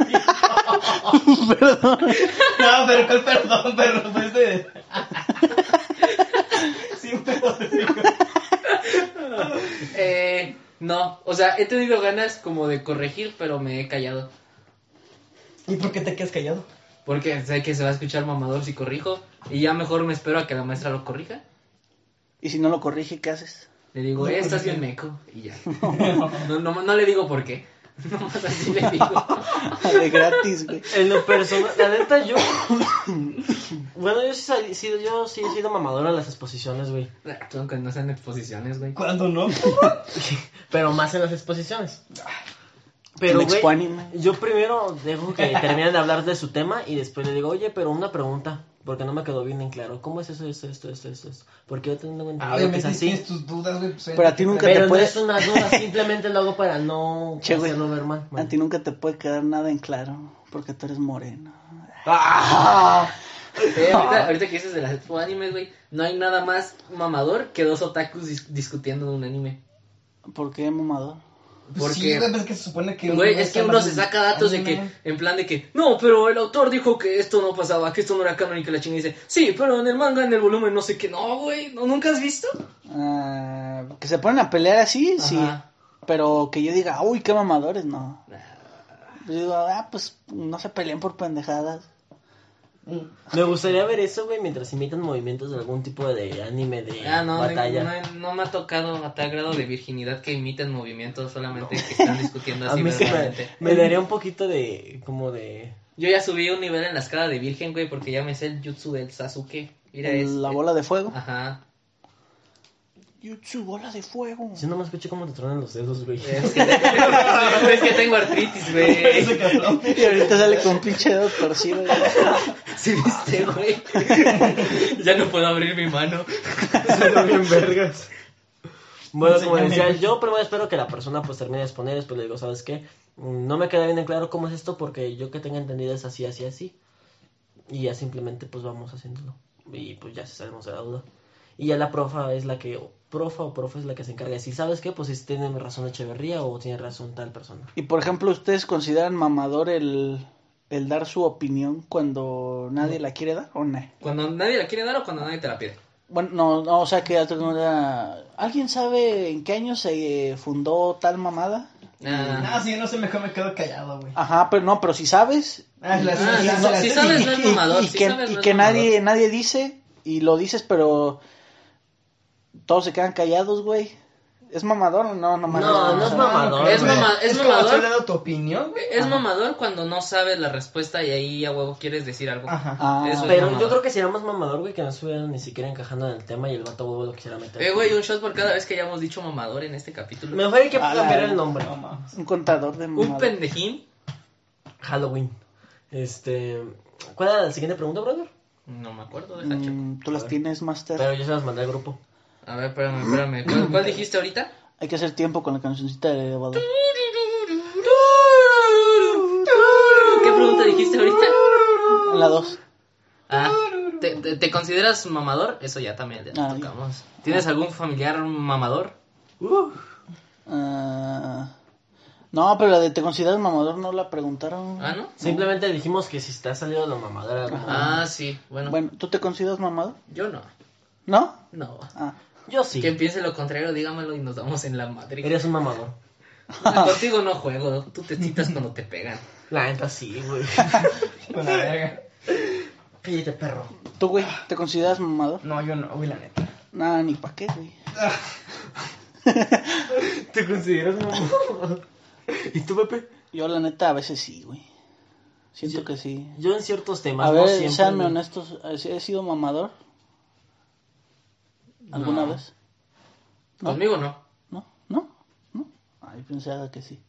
[SPEAKER 2] No, pero ¿cuál perdón, perro? Pues de... Sin pedo.
[SPEAKER 1] Eh, no, o sea, he tenido ganas como de corregir, pero me he callado.
[SPEAKER 2] ¿Y por qué te quedas callado?
[SPEAKER 1] Porque sé que se va a escuchar mamador si corrijo. Y ya mejor me espero a que la maestra lo corrija.
[SPEAKER 3] Y si no lo corrige, ¿qué haces?
[SPEAKER 1] Le digo, eh,
[SPEAKER 2] pues,
[SPEAKER 1] estás bien meco. Y ya. No, no, no le digo por qué. Nomás así le digo.
[SPEAKER 3] De gratis, güey.
[SPEAKER 4] En lo personal, la neta, yo. bueno, yo sí, salí- sí- yo sí he sido mamador en las exposiciones, güey.
[SPEAKER 1] Aunque no sean exposiciones, güey.
[SPEAKER 2] ¿Cuándo no?
[SPEAKER 4] Pero más en las exposiciones.
[SPEAKER 3] En
[SPEAKER 4] Pero, güey,
[SPEAKER 3] Expoanime.
[SPEAKER 4] yo primero dejo que terminen de hablar de su tema y después le digo, oye, pero una pregunta, porque no me quedó bien en claro. ¿Cómo es eso, esto, esto, esto, esto? esto? Porque yo tengo
[SPEAKER 1] Ah,
[SPEAKER 4] entendido que es
[SPEAKER 2] Obviamente
[SPEAKER 4] así.
[SPEAKER 2] tienes tus dudas, güey. pues,
[SPEAKER 3] Pero a ti nunca-
[SPEAKER 4] Pero
[SPEAKER 3] te
[SPEAKER 4] no
[SPEAKER 3] puedes-
[SPEAKER 4] es una duda, simplemente lo hago para no
[SPEAKER 3] Che, güey.
[SPEAKER 4] hacerlo ver mal.
[SPEAKER 3] A ti nunca te puede quedar nada en claro, porque tú eres moreno.
[SPEAKER 4] ¡Ah!
[SPEAKER 1] Eh, ahorita, ahorita que dices de las expo animes, güey, no hay nada más mamador que dos otakus dis- discutiendo de un anime.
[SPEAKER 3] ¿Por qué mamador?
[SPEAKER 1] Porque,
[SPEAKER 2] Sí, güey, pues, es que se supone que...
[SPEAKER 1] Güey, es que uno
[SPEAKER 2] sabe
[SPEAKER 1] se saca datos de que,
[SPEAKER 2] anime.
[SPEAKER 1] en plan de que, no, pero el autor dijo que esto no pasaba, que esto no era canon y que la chinga dice, sí, pero en el manga, en el volumen, no sé qué, no, güey, ¿no, ¿nunca has visto?
[SPEAKER 3] Ah, que se ponen a pelear así, sí.
[SPEAKER 1] Ajá.
[SPEAKER 3] Pero que yo diga, uy, qué mamadores, no. Yo digo, ah, pues no se peleen por pendejadas.
[SPEAKER 4] Me gustaría ver eso, güey, mientras imitan movimientos de algún tipo de anime de
[SPEAKER 1] Ah, no, no,
[SPEAKER 4] batalla.
[SPEAKER 1] no- no me ha tocado a tal grado de virginidad que imiten movimientos solamente que están discutiendo
[SPEAKER 4] A
[SPEAKER 1] así
[SPEAKER 4] mí sí me,
[SPEAKER 1] verbalmente.
[SPEAKER 4] me daría un poquito de, como de...
[SPEAKER 1] Yo ya subí un nivel en la escala de virgen, güey, porque ya me sé el jutsu del Sasuke. Mira, es...
[SPEAKER 3] la bola de fuego.
[SPEAKER 1] Ajá.
[SPEAKER 3] Jutsu, bola de fuego.
[SPEAKER 4] Yo nomás escuché cómo te tronan los dedos, güey.
[SPEAKER 1] Es que, es que tengo artritis, güey.
[SPEAKER 2] Ese cabrón.
[SPEAKER 3] Y ahorita sale con pinche dedo torcido. güey.
[SPEAKER 1] ¿Sí viste, güey? ya no puedo abrir mi mano.
[SPEAKER 4] Son bien vergas. Bueno, como
[SPEAKER 2] Enséñame.
[SPEAKER 4] decía, yo primero espero que la persona pues termine de exponer, después le digo, ¿sabes qué? Mm, No me queda bien en claro cómo es esto porque yo que tenga entendido es así, así, así. Y ya simplemente pues vamos haciéndolo. Y pues ya salimos de la duda. Y ya la profa es la que, o profa o profe es la que se encarga de decir, ¿sabes qué? Pues si tiene razón Echeverría o tiene razón tal persona.
[SPEAKER 3] Y por ejemplo, ¿ustedes consideran mamador el, el dar su opinión cuando nadie la quiere dar o no?
[SPEAKER 1] Cuando nadie la quiere dar o cuando nadie te la pide.
[SPEAKER 3] Bueno, no, no, o sea que ya tengo una- ¿Alguien sabe en qué año se eh, fundó tal mamada?
[SPEAKER 1] Ah,
[SPEAKER 2] Ah, sí, no sé, mejor me quedo callado, güey.
[SPEAKER 3] Ajá, pero no, pero si sabes.
[SPEAKER 2] Ah, la- la-
[SPEAKER 1] Ah, sí,
[SPEAKER 2] la-
[SPEAKER 1] sí,
[SPEAKER 2] la-
[SPEAKER 1] sabes,
[SPEAKER 3] y-
[SPEAKER 1] no es
[SPEAKER 3] y-
[SPEAKER 1] mamador,
[SPEAKER 3] Y
[SPEAKER 1] sí
[SPEAKER 3] que,
[SPEAKER 1] sabes,
[SPEAKER 3] y
[SPEAKER 1] no es
[SPEAKER 3] que
[SPEAKER 1] mamador.
[SPEAKER 3] nadie, nadie dice y lo dices, pero todos se quedan callados, güey. ¿Es mamador o no? No, mames,
[SPEAKER 4] No, no es
[SPEAKER 2] Ah,
[SPEAKER 3] sabe.
[SPEAKER 4] mamador.
[SPEAKER 1] Es
[SPEAKER 4] güey.
[SPEAKER 1] mama- es
[SPEAKER 2] como
[SPEAKER 1] mamador.
[SPEAKER 2] estás dando tu opinión, güey.
[SPEAKER 1] Es mamador cuando no sabes la respuesta y ahí a huevo quieres decir algo.
[SPEAKER 2] Ajá.
[SPEAKER 3] Ah,
[SPEAKER 1] Eso es
[SPEAKER 4] Pero
[SPEAKER 1] mamador.
[SPEAKER 4] yo creo que sería más mamador, güey, que no estuviera ni siquiera encajando en el tema y el vato huevo lo quisiera meter.
[SPEAKER 1] Eh, güey, un shot por cada vez que hayamos dicho mamador en este capítulo.
[SPEAKER 4] Mejor hay que
[SPEAKER 3] A la-
[SPEAKER 4] cambiar el nombre.
[SPEAKER 2] No mames.
[SPEAKER 3] un contador de
[SPEAKER 1] Un
[SPEAKER 3] mamador.
[SPEAKER 1] pendejín.
[SPEAKER 4] Halloween. Este. ¿Cuál era la siguiente pregunta, brother?
[SPEAKER 1] No me acuerdo, deja checo.
[SPEAKER 3] Mm, Tú las tienes, Master.
[SPEAKER 4] Pero yo se las mandé al grupo.
[SPEAKER 1] A ver, espérame, espérame. ¿Cuál, cuál dijiste ahorita?
[SPEAKER 3] Hay que hacer tiempo con la cancioncita de elevador.
[SPEAKER 1] ¿Qué pregunta dijiste ahorita?
[SPEAKER 3] La 2.
[SPEAKER 1] Ah, ¿te, te, te consideras mamador? Eso ya también ya
[SPEAKER 3] Ah,
[SPEAKER 1] lo tocamos. ¿Tienes algún familiar mamador?
[SPEAKER 3] Ah, no, pero la de te consideras mamador no la preguntaron.
[SPEAKER 1] Ah, ¿no?
[SPEAKER 4] Simplemente dijimos que si está salido la mamadera. güey.
[SPEAKER 1] Ah, sí, bueno.
[SPEAKER 3] Bueno, ¿tú te consideras mamador?
[SPEAKER 1] Yo no.
[SPEAKER 3] ¿No?
[SPEAKER 1] No.
[SPEAKER 3] Ah.
[SPEAKER 4] Yo sí.
[SPEAKER 1] Quien piense lo contrario, dígamelo y nos damos en la madre.
[SPEAKER 4] Eres un mamador.
[SPEAKER 1] Contigo no juego, tú te citas cuando te pegan.
[SPEAKER 4] La neta sí, güey.
[SPEAKER 2] Con Pues, la verga.
[SPEAKER 4] Cállate, perro.
[SPEAKER 3] ¿Tú, güey, te consideras mamador?
[SPEAKER 2] No, yo no, güey, la neta.
[SPEAKER 3] Nada, ni pa' qué, güey.
[SPEAKER 4] ¿Te consideras mamador? ¿Y tú, Pepe?
[SPEAKER 3] Yo, la neta, a veces sí, güey. Siento que sí.
[SPEAKER 4] Yo en ciertos temas.
[SPEAKER 3] A
[SPEAKER 4] no
[SPEAKER 3] ver,
[SPEAKER 4] siempre,
[SPEAKER 3] seanme
[SPEAKER 4] güey.
[SPEAKER 3] honestos, ¿he sido mamador? ¿Alguna
[SPEAKER 1] No.
[SPEAKER 3] vez?
[SPEAKER 4] Ah.
[SPEAKER 3] No.
[SPEAKER 1] Conmigo no.
[SPEAKER 3] ¿No? ¿No? ¿No? Ay, pensaba que sí.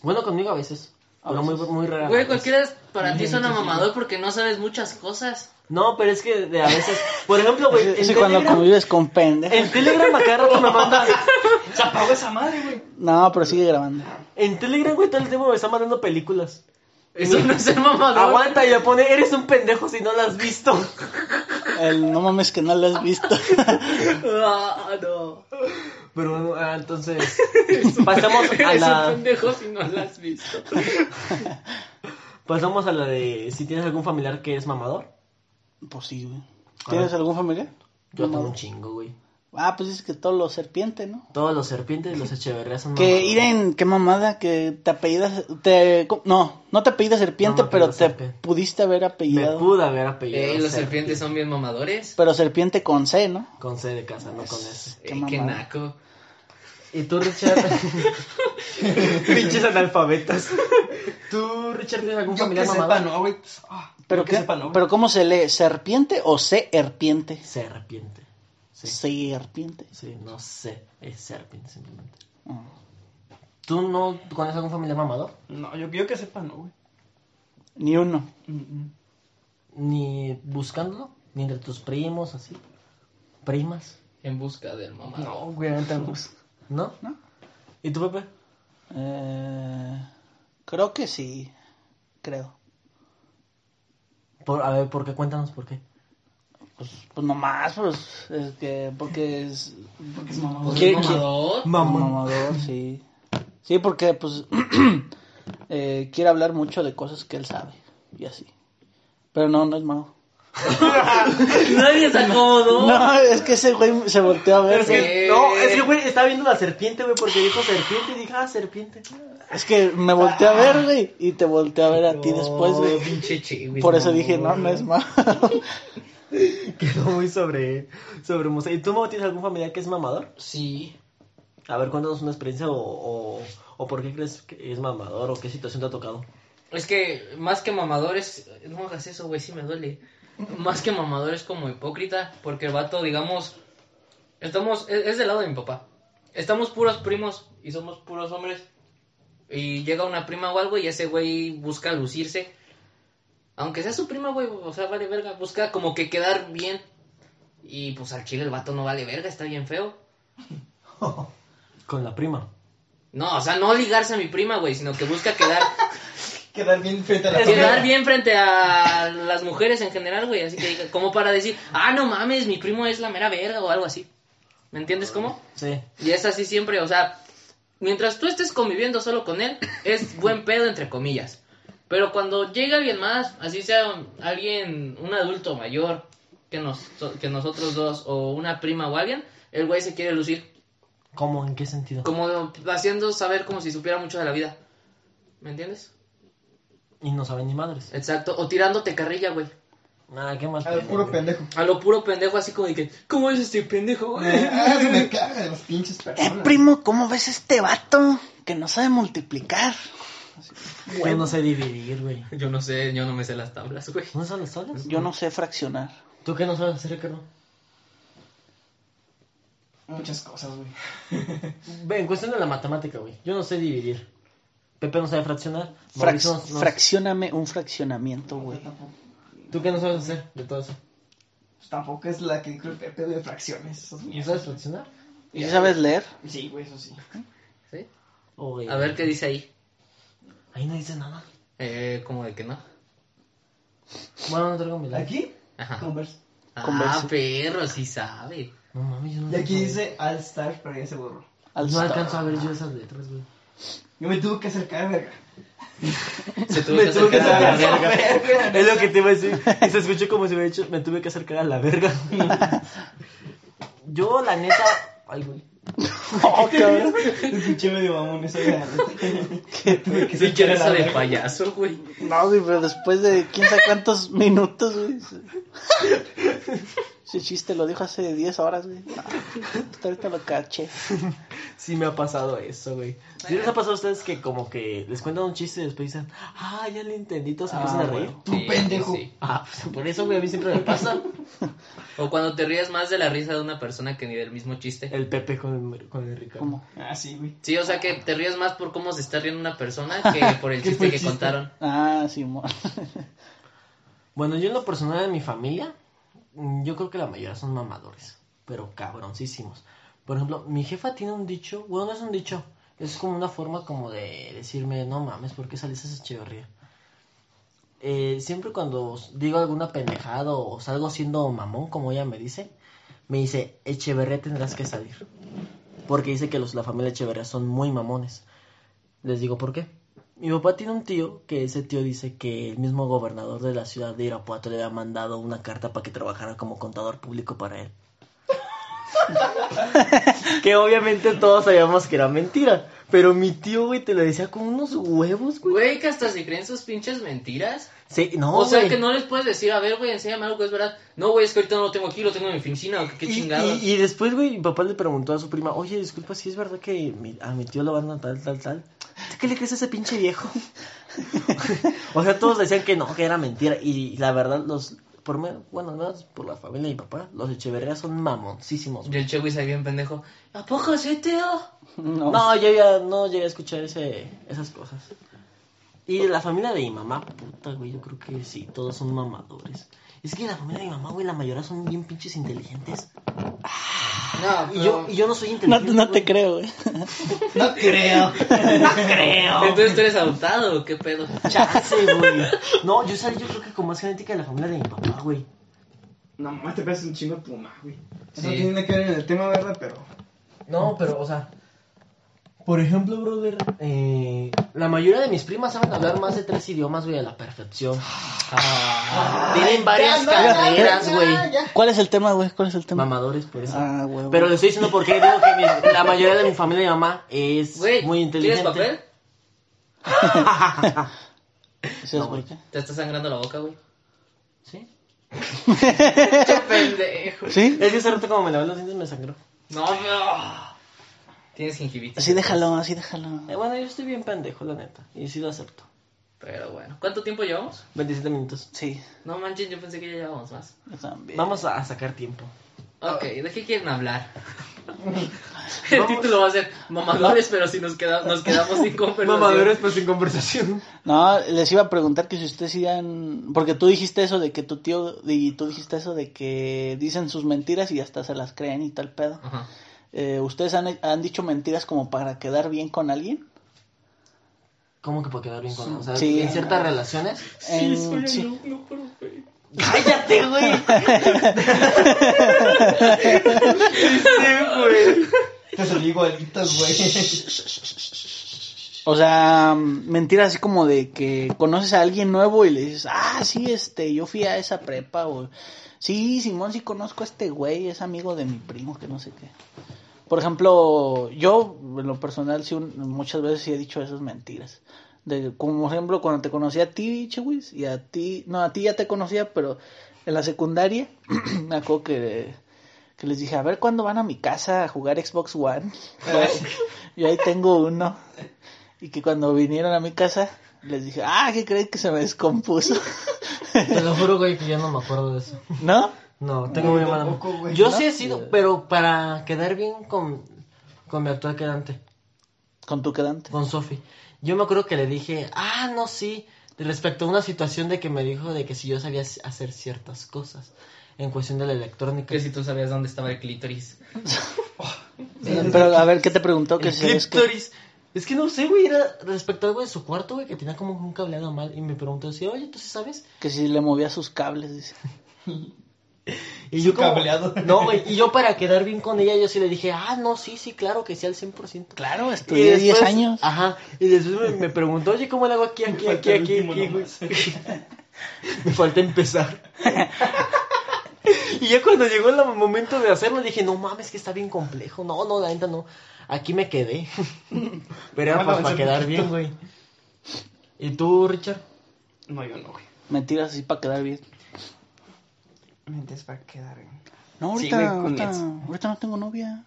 [SPEAKER 4] Bueno, conmigo a veces.
[SPEAKER 3] A
[SPEAKER 4] pero
[SPEAKER 3] veces.
[SPEAKER 4] muy, muy rara.
[SPEAKER 1] Güey, cualquiera es- para ti suena mamador porque no sabes muchas cosas.
[SPEAKER 4] No, pero es que de a veces. Por ejemplo, güey.
[SPEAKER 3] Eso
[SPEAKER 4] en
[SPEAKER 3] cuando
[SPEAKER 4] Telegram-
[SPEAKER 3] convives con pendejos.
[SPEAKER 4] En Telegram a cada rato me manda.
[SPEAKER 2] Se apagó esa madre, güey.
[SPEAKER 3] No, pero sigue grabando.
[SPEAKER 4] En Telegram, güey, todo el tiempo me está mandando películas.
[SPEAKER 1] Eso no es ser mamador.
[SPEAKER 4] Aguanta y le pone, eres un pendejo si no la has visto.
[SPEAKER 3] El no mames que no lo has visto.
[SPEAKER 1] Ah, no.
[SPEAKER 4] Pero bueno, ah, entonces. pasamos a
[SPEAKER 1] Eres un
[SPEAKER 4] la.
[SPEAKER 1] pendejo si no lo has visto.
[SPEAKER 4] Pasamos a la de si tienes algún familiar que es mamador.
[SPEAKER 3] pues sí, güey.
[SPEAKER 4] A
[SPEAKER 3] ¿Tienes
[SPEAKER 4] ver.
[SPEAKER 3] algún familiar?
[SPEAKER 4] Yo tengo
[SPEAKER 3] Mamador.
[SPEAKER 4] un chingo, güey.
[SPEAKER 3] Ah, pues es que todos los serpientes, ¿no?
[SPEAKER 4] Todos los serpientes y los echeverrías son
[SPEAKER 3] Que
[SPEAKER 4] mamadores.
[SPEAKER 3] Irene, qué mamada, que te apellidas, te, co- no, no te apellidas serpiente,
[SPEAKER 4] No me
[SPEAKER 3] pero
[SPEAKER 4] apellido
[SPEAKER 3] te
[SPEAKER 4] Serpiente.
[SPEAKER 3] pudiste haber
[SPEAKER 4] Me
[SPEAKER 3] apellidado.
[SPEAKER 4] pude haber apellido.
[SPEAKER 1] Eh, los
[SPEAKER 4] serpiente.
[SPEAKER 1] serpientes son bien mamadores.
[SPEAKER 3] Pero serpiente con C, ¿no?
[SPEAKER 4] Con C de casa, no con S.
[SPEAKER 3] Qué
[SPEAKER 1] Eh, qué
[SPEAKER 3] mamada.
[SPEAKER 1] naco.
[SPEAKER 4] ¿Y tú, Richard? Pinches analfabetas. ¿Tú, Richard, tienes algún
[SPEAKER 2] Yo que
[SPEAKER 4] familiar
[SPEAKER 2] sepa,
[SPEAKER 4] mamador?
[SPEAKER 2] no, güey. Ah,
[SPEAKER 3] Pero,
[SPEAKER 2] yo
[SPEAKER 3] qué-
[SPEAKER 2] que sepa, no.
[SPEAKER 3] pero ¿cómo se lee? ¿Serpiente o serpiente?
[SPEAKER 4] Serpiente. Sí.
[SPEAKER 3] Serpiente.
[SPEAKER 4] Sí, no sé. Es serpiente, simplemente.
[SPEAKER 3] Ah.
[SPEAKER 4] ¿Tú no conoces algún familiar mamador?
[SPEAKER 2] No, yo, yo que sepa, no, güey.
[SPEAKER 3] Ni uno.
[SPEAKER 2] Mm, mm.
[SPEAKER 4] ni buscándolo, ni entre tus primos, así. Primas,
[SPEAKER 1] En busca del mamador.
[SPEAKER 2] No, güey, no tengo.
[SPEAKER 4] ¿no?
[SPEAKER 3] No.
[SPEAKER 4] ¿Y tú, Pepe?
[SPEAKER 3] Eh, creo que sí, creo.
[SPEAKER 4] Por, a ver, ¿por qué? Cuéntanos por qué.
[SPEAKER 3] Pues, pues nomás, pues, es que, porque es
[SPEAKER 2] Porque es mamá, güey.
[SPEAKER 1] ¿Qué,
[SPEAKER 4] ¿Qué-
[SPEAKER 1] mamador?
[SPEAKER 3] mamador, sí. Sí, porque, pues, eh, quiere hablar mucho de cosas que él sabe, y así. Pero no, no es mago.
[SPEAKER 1] Nadie se acomodó.
[SPEAKER 3] No, es que ese güey se volteó a ver.
[SPEAKER 4] Es que, no,
[SPEAKER 1] Eh.
[SPEAKER 4] es que, güey, estaba viendo la serpiente, güey, porque dijo serpiente y dije, ah, serpiente.
[SPEAKER 3] Es que me volteé a ver, güey, y te volteé a ver a ti después, güey.
[SPEAKER 1] Pinche chihuis,
[SPEAKER 3] Por eso dije, no,
[SPEAKER 1] mamador.
[SPEAKER 3] no es mago.
[SPEAKER 4] Quedó muy sobre, sobre moza. ¿Y tú, Mau, tienes algún familiar que es mamador?
[SPEAKER 1] Sí.
[SPEAKER 4] A ver, cuéntanos una experiencia o, o, o por qué crees que es mamador o qué situación te ha tocado.
[SPEAKER 1] Es que más que mamadores, no hagas eso, güey, sí me duele. Más que mamador es como hipócrita, porque el vato, digamos, estamos, es, es del lado de mi papá. Estamos puros primos y somos puros hombres. Y llega una prima o algo y ese güey busca lucirse. Aunque sea su prima, güey, o sea, vale verga, busca como que quedar bien. Y pues al chile el vato no vale verga, está bien feo.
[SPEAKER 4] Con la prima.
[SPEAKER 1] No, o sea, no ligarse a mi prima, güey, sino que busca quedar
[SPEAKER 2] Quedar bien frente a la
[SPEAKER 1] quedar bien frente a las mujeres en general, güey. Así que, diga- como para decir, ah, no mames, mi primo es la mera verga o algo así. ¿Me entiendes cómo?
[SPEAKER 4] Sí.
[SPEAKER 1] Y es así siempre, o sea, mientras tú estés conviviendo solo con él, es buen pedo, entre comillas. Pero cuando llega alguien más, así sea un- alguien, un adulto mayor que, nos, que nosotros dos, o una prima o alguien, el güey se quiere lucir.
[SPEAKER 4] ¿Cómo? ¿En qué sentido?
[SPEAKER 1] Como haciendo saber como si supiera mucho de la vida. ¿Me entiendes?
[SPEAKER 4] Y no saben ni madres.
[SPEAKER 1] Exacto. O tirándote carrilla, güey.
[SPEAKER 4] Ah, qué mal.
[SPEAKER 6] Al
[SPEAKER 4] pedo,
[SPEAKER 6] puro
[SPEAKER 4] güey.
[SPEAKER 6] pendejo.
[SPEAKER 1] A lo puro pendejo, así como de que, ¿cómo es este pendejo, güey?
[SPEAKER 6] Ah, se me caga de los pinches
[SPEAKER 3] Eh,
[SPEAKER 6] personas.
[SPEAKER 3] primo, ¿cómo ves este vato que no sabe multiplicar?
[SPEAKER 4] Yo no sé dividir, güey.
[SPEAKER 1] Yo no sé, yo no me sé las tablas, güey.
[SPEAKER 4] ¿No son los soles?
[SPEAKER 3] Yo no sé fraccionar.
[SPEAKER 4] ¿Tú qué no sabes hacer, Ricardo?
[SPEAKER 6] Muchas cosas, güey.
[SPEAKER 4] Ve, en cuestión de la matemática, güey. Yo no sé dividir. Pepe no sabe fraccionar.
[SPEAKER 3] Frac-
[SPEAKER 4] Mauricio no- no-
[SPEAKER 3] Fraccioname un fraccionamiento, güey.
[SPEAKER 6] Yo tampoco,
[SPEAKER 4] ¿Tú qué no sabes hacer de todo eso?
[SPEAKER 6] pues, tampoco es la que dijo el Pepe de fracciones. Esas
[SPEAKER 4] ¿Y
[SPEAKER 6] mierdas.
[SPEAKER 4] sabes fraccionar?
[SPEAKER 3] ¿Y si sabes leer?
[SPEAKER 6] Sí, güey, eso sí.
[SPEAKER 1] ¿Sí?
[SPEAKER 4] O, eh,
[SPEAKER 1] A ver qué dice ahí.
[SPEAKER 4] Ahí no dice nada.
[SPEAKER 1] Eh, como de que no.
[SPEAKER 4] Bueno, no traigo mi lápiz.
[SPEAKER 6] Aquí,
[SPEAKER 1] Ajá.
[SPEAKER 6] Converse.
[SPEAKER 1] Ah,
[SPEAKER 3] Converso.
[SPEAKER 1] perro, sí sabe.
[SPEAKER 4] No mames, yo no
[SPEAKER 6] Y aquí
[SPEAKER 4] tengo-
[SPEAKER 6] dice All Star, pero ya se borró.
[SPEAKER 3] Al
[SPEAKER 4] No
[SPEAKER 3] star.
[SPEAKER 4] alcanzo a ver yo esas letras, güey.
[SPEAKER 6] Yo me tuve que acercar, verga.
[SPEAKER 1] Se tuvo
[SPEAKER 4] Me
[SPEAKER 1] que
[SPEAKER 4] tuve que
[SPEAKER 1] acercar a la
[SPEAKER 4] acercar a
[SPEAKER 1] verga.
[SPEAKER 4] la verga. Es lo que te iba a decir. Y se escuchó como si hubiera dicho, me tuve que acercar a la verga. Yo, la neta. Ay, güey.
[SPEAKER 3] Oh, cabrón.
[SPEAKER 6] Escuché medio mamón eso de Tuve que
[SPEAKER 1] Sí, que
[SPEAKER 6] acercar a
[SPEAKER 1] era esa
[SPEAKER 6] la
[SPEAKER 1] de
[SPEAKER 6] verga.
[SPEAKER 1] payaso, güey.
[SPEAKER 3] No, güey, pero después de quién sabe cuántos minutos, güey. Ese chiste lo dijo hace 10 horas, güey. No, hasta ahorita lo caché.
[SPEAKER 4] Sí me ha pasado eso, güey. ¿Sí les ha pasado a ustedes que como que les cuentan un chiste y después dicen, ah, ya le entendí, todos se empiezan a reír?
[SPEAKER 6] Tú, pendejo.
[SPEAKER 4] Ah, pues por eso, güey, a mí siempre me pasa.
[SPEAKER 1] O cuando te ríes más de la risa de una persona que ni del mismo chiste.
[SPEAKER 4] El Pepe con el, con el Ricardo.
[SPEAKER 3] ¿Cómo?
[SPEAKER 6] Ah, sí, güey.
[SPEAKER 1] Sí, o sea que te ríes más por cómo se está riendo una persona que por el
[SPEAKER 6] ¿Qué fue
[SPEAKER 1] chiste
[SPEAKER 6] el
[SPEAKER 1] que
[SPEAKER 6] chiste?
[SPEAKER 1] contaron.
[SPEAKER 3] Ah, Simón.
[SPEAKER 4] Bueno, yo en lo personal de mi familia, mm, yo creo que la mayoría son mamadores, pero cabroncísimos. Por ejemplo, mi jefa tiene un dicho, bueno, no es un dicho, es como una forma como de decirme, no mames, ¿por qué saliste a esa Echeverría? Eh, siempre cuando s- digo alguna pendejada o salgo siendo mamón, como ella me dice, me dice, Echeverría tendrás que salir. Porque dice que los, la familia Echeverría son muy mamones. Les digo por qué. Mi papá tiene un tío que ese tío dice que el mismo gobernador de la ciudad de Irapuato le ha mandado una carta para que trabajara como contador público para él. que obviamente todos sabíamos que era mentira. Pero mi tío, güey, te lo decía con unos huevos, güey.
[SPEAKER 1] Güey, que hasta se creen sus pinches mentiras.
[SPEAKER 4] Sí, no,
[SPEAKER 1] O sea
[SPEAKER 4] güey.
[SPEAKER 1] que no les puedes decir, a ver, güey, enséñame algo que es verdad. No, güey, es que ahorita no lo tengo aquí, lo tengo en mi oficina, o que qué
[SPEAKER 4] Y-
[SPEAKER 1] chingados.
[SPEAKER 4] Y, y después, güey, mi papá le preguntó a su prima, oye, disculpa, si es verdad que mi- a mi tío lo van a tal, tal, tal. ¿Tú qué le crees a ese pinche viejo? o sea, todos decían que no, que era mentira. Y la verdad, los, por me- bueno, al menos por la familia de mi papá, los Echeverría son mamoncísimos.
[SPEAKER 1] Y
[SPEAKER 4] güey.
[SPEAKER 1] el Che, güey, se bien pendejo. ¿A poco sí, tío?
[SPEAKER 3] No.
[SPEAKER 4] No, yo ya no llegué a escuchar ese, esas cosas. Y de la familia de mi mamá, puta, güey, yo creo que sí, todos son mamadores. Es que la familia de mi mamá, güey, la mayoría son bien pinches inteligentes.
[SPEAKER 1] No,
[SPEAKER 4] Y yo, y yo no soy
[SPEAKER 3] No,
[SPEAKER 4] inteligente.
[SPEAKER 3] no te creo, güey.
[SPEAKER 6] No creo.
[SPEAKER 1] Entonces tú eres adoptado, ¿qué pedo?
[SPEAKER 4] Chance, güey. No, yo salí, yo creo que con más genética de la familia de mi papá, güey.
[SPEAKER 6] No, más te parece un chingo de puma, güey. Eso no
[SPEAKER 1] Sí.
[SPEAKER 6] tiene nada que ver en el tema, ¿verdad? Pero.
[SPEAKER 4] No, pero, o sea. Por ejemplo, brother, eh, la mayoría de mis primas saben hablar más de tres idiomas, güey, a la perfección. Tienen varias carreras, güey.
[SPEAKER 3] ¿Cuál es el tema, güey? ¿Cuál es el tema?
[SPEAKER 4] Mamadores, por eso.
[SPEAKER 3] Ah, güey.
[SPEAKER 4] pero le estoy diciendo porque digo que mi- la mayoría de mi familia de mamá es
[SPEAKER 1] Güey,
[SPEAKER 4] muy
[SPEAKER 1] ¿tienes
[SPEAKER 4] inteligente.
[SPEAKER 1] papel?
[SPEAKER 3] ¿Sabes por qué?
[SPEAKER 1] Te está sangrando la boca, güey.
[SPEAKER 4] ¿Sí?
[SPEAKER 1] ¡Qué pendejo!
[SPEAKER 3] ¿Sí?
[SPEAKER 4] Es que hace rato como me lavé los dientes me sangró.
[SPEAKER 1] No, no. Tienes gingivitis.
[SPEAKER 3] Así déjalo, así déjalo.
[SPEAKER 4] Eh, bueno, yo estoy bien pendejo, la neta. Y sí lo acepto.
[SPEAKER 1] Pero bueno, ¿cuánto tiempo llevamos?
[SPEAKER 4] 27 minutos.
[SPEAKER 3] Sí,
[SPEAKER 1] No manches, yo pensé que ya llevábamos más.
[SPEAKER 3] yo también.
[SPEAKER 4] Vamos a- a sacar tiempo.
[SPEAKER 1] Ok,
[SPEAKER 2] Ah.
[SPEAKER 1] ¿de qué quieren hablar? El título va a ser Mamadores, pero si nos, queda- nos quedamos sin conversación.
[SPEAKER 4] Mamadores, pues sin conversación.
[SPEAKER 3] No, les iba a preguntar que si ustedes iban... Porque tú dijiste eso de que tu tío... Y tú dijiste eso de que dicen sus mentiras y hasta se las creen y tal pedo.
[SPEAKER 1] Ajá.
[SPEAKER 3] Eh, ¿Ustedes han, han dicho mentiras como para quedar bien con alguien?
[SPEAKER 4] ¿Cómo que para quedar bien con O sea,
[SPEAKER 3] Sí.
[SPEAKER 4] en ciertas relaciones.
[SPEAKER 3] En- sí.
[SPEAKER 4] ¡Cállate, güey!
[SPEAKER 6] Te salí igualitas, güey.
[SPEAKER 3] O sea, mm, mentiras así como de que conoces a alguien nuevo y le dices, ah, sí, este, yo fui a esa prepa o... Sí, Simón, sí conozco a este güey, es amigo de mi primo, que no sé qué. Por ejemplo, yo, en lo personal, sí, un- muchas veces sí he dicho esas mentiras. De, como por ejemplo, cuando te conocí a ti, Chewis, y a ti, no, a ti ya te conocía, pero en la secundaria, me acuerdo que, que les dije, a ver cuándo van a mi casa a jugar Xbox One. Yo ahí tengo uno. Y que cuando vinieron a mi casa, les dije, ah, ¿qué creen que se me descompuso?
[SPEAKER 4] Te lo juro, güey, que ya no me acuerdo de eso.
[SPEAKER 3] ¿no?
[SPEAKER 4] No, tengo muy mala
[SPEAKER 6] tampoco,
[SPEAKER 4] memoria.
[SPEAKER 6] güey,
[SPEAKER 4] Yo
[SPEAKER 3] ¿no?
[SPEAKER 4] sí he sido, pero para quedar bien con, con mi actual quedante,
[SPEAKER 3] Con tu quedante.
[SPEAKER 4] con Sofi. Yo me acuerdo que le dije, ah, no, sí, respecto a una situación de que me dijo de que si yo sabía c- hacer ciertas cosas en cuestión de la electrónica.
[SPEAKER 1] Que si tú sabías dónde estaba el clítoris.
[SPEAKER 3] Pero a ver, ¿qué te preguntó? Que
[SPEAKER 4] El
[SPEAKER 3] si sabías que-
[SPEAKER 4] clítoris. Es que no sé, güey, era respecto a algo de su cuarto, güey, que tenía como un cableado mal. Y me preguntó así, oye, ¿tú sí sabes?
[SPEAKER 3] que si le movía sus cables, dice.
[SPEAKER 4] Y
[SPEAKER 6] Su
[SPEAKER 4] yo como-
[SPEAKER 6] cableado.
[SPEAKER 4] No, güey, y yo para quedar bien con ella, yo sí le dije, ah, no, sí, sí, claro que sí, al 100%.
[SPEAKER 3] Claro,
[SPEAKER 4] Y
[SPEAKER 3] estudié 10
[SPEAKER 4] después-
[SPEAKER 3] años. Ah,
[SPEAKER 4] Ajá. Y después me, me preguntó, oye, ¿cómo le hago aquí, aquí, aquí,
[SPEAKER 6] Falta el
[SPEAKER 4] aquí,
[SPEAKER 6] último
[SPEAKER 4] aquí, güey?
[SPEAKER 6] nomás.
[SPEAKER 4] Me falta empezar. y ya cuando llegó el momento de hacerlo, dije, no mames, que está bien complejo. No, no, la neta no. Aquí me quedé. Pero era
[SPEAKER 6] Bueno,
[SPEAKER 4] pues, para
[SPEAKER 6] es
[SPEAKER 4] quedar
[SPEAKER 6] un
[SPEAKER 4] bien,
[SPEAKER 6] poquito.
[SPEAKER 4] güey. ¿Y tú, Richard?
[SPEAKER 6] No, yo no, güey.
[SPEAKER 3] Mentiras así para quedar bien.
[SPEAKER 6] Mentes para quedar bien.
[SPEAKER 3] No,
[SPEAKER 2] Sí,
[SPEAKER 3] ahorita,
[SPEAKER 2] güey, con
[SPEAKER 3] ahorita,
[SPEAKER 2] meds.
[SPEAKER 3] ahorita no tengo novia.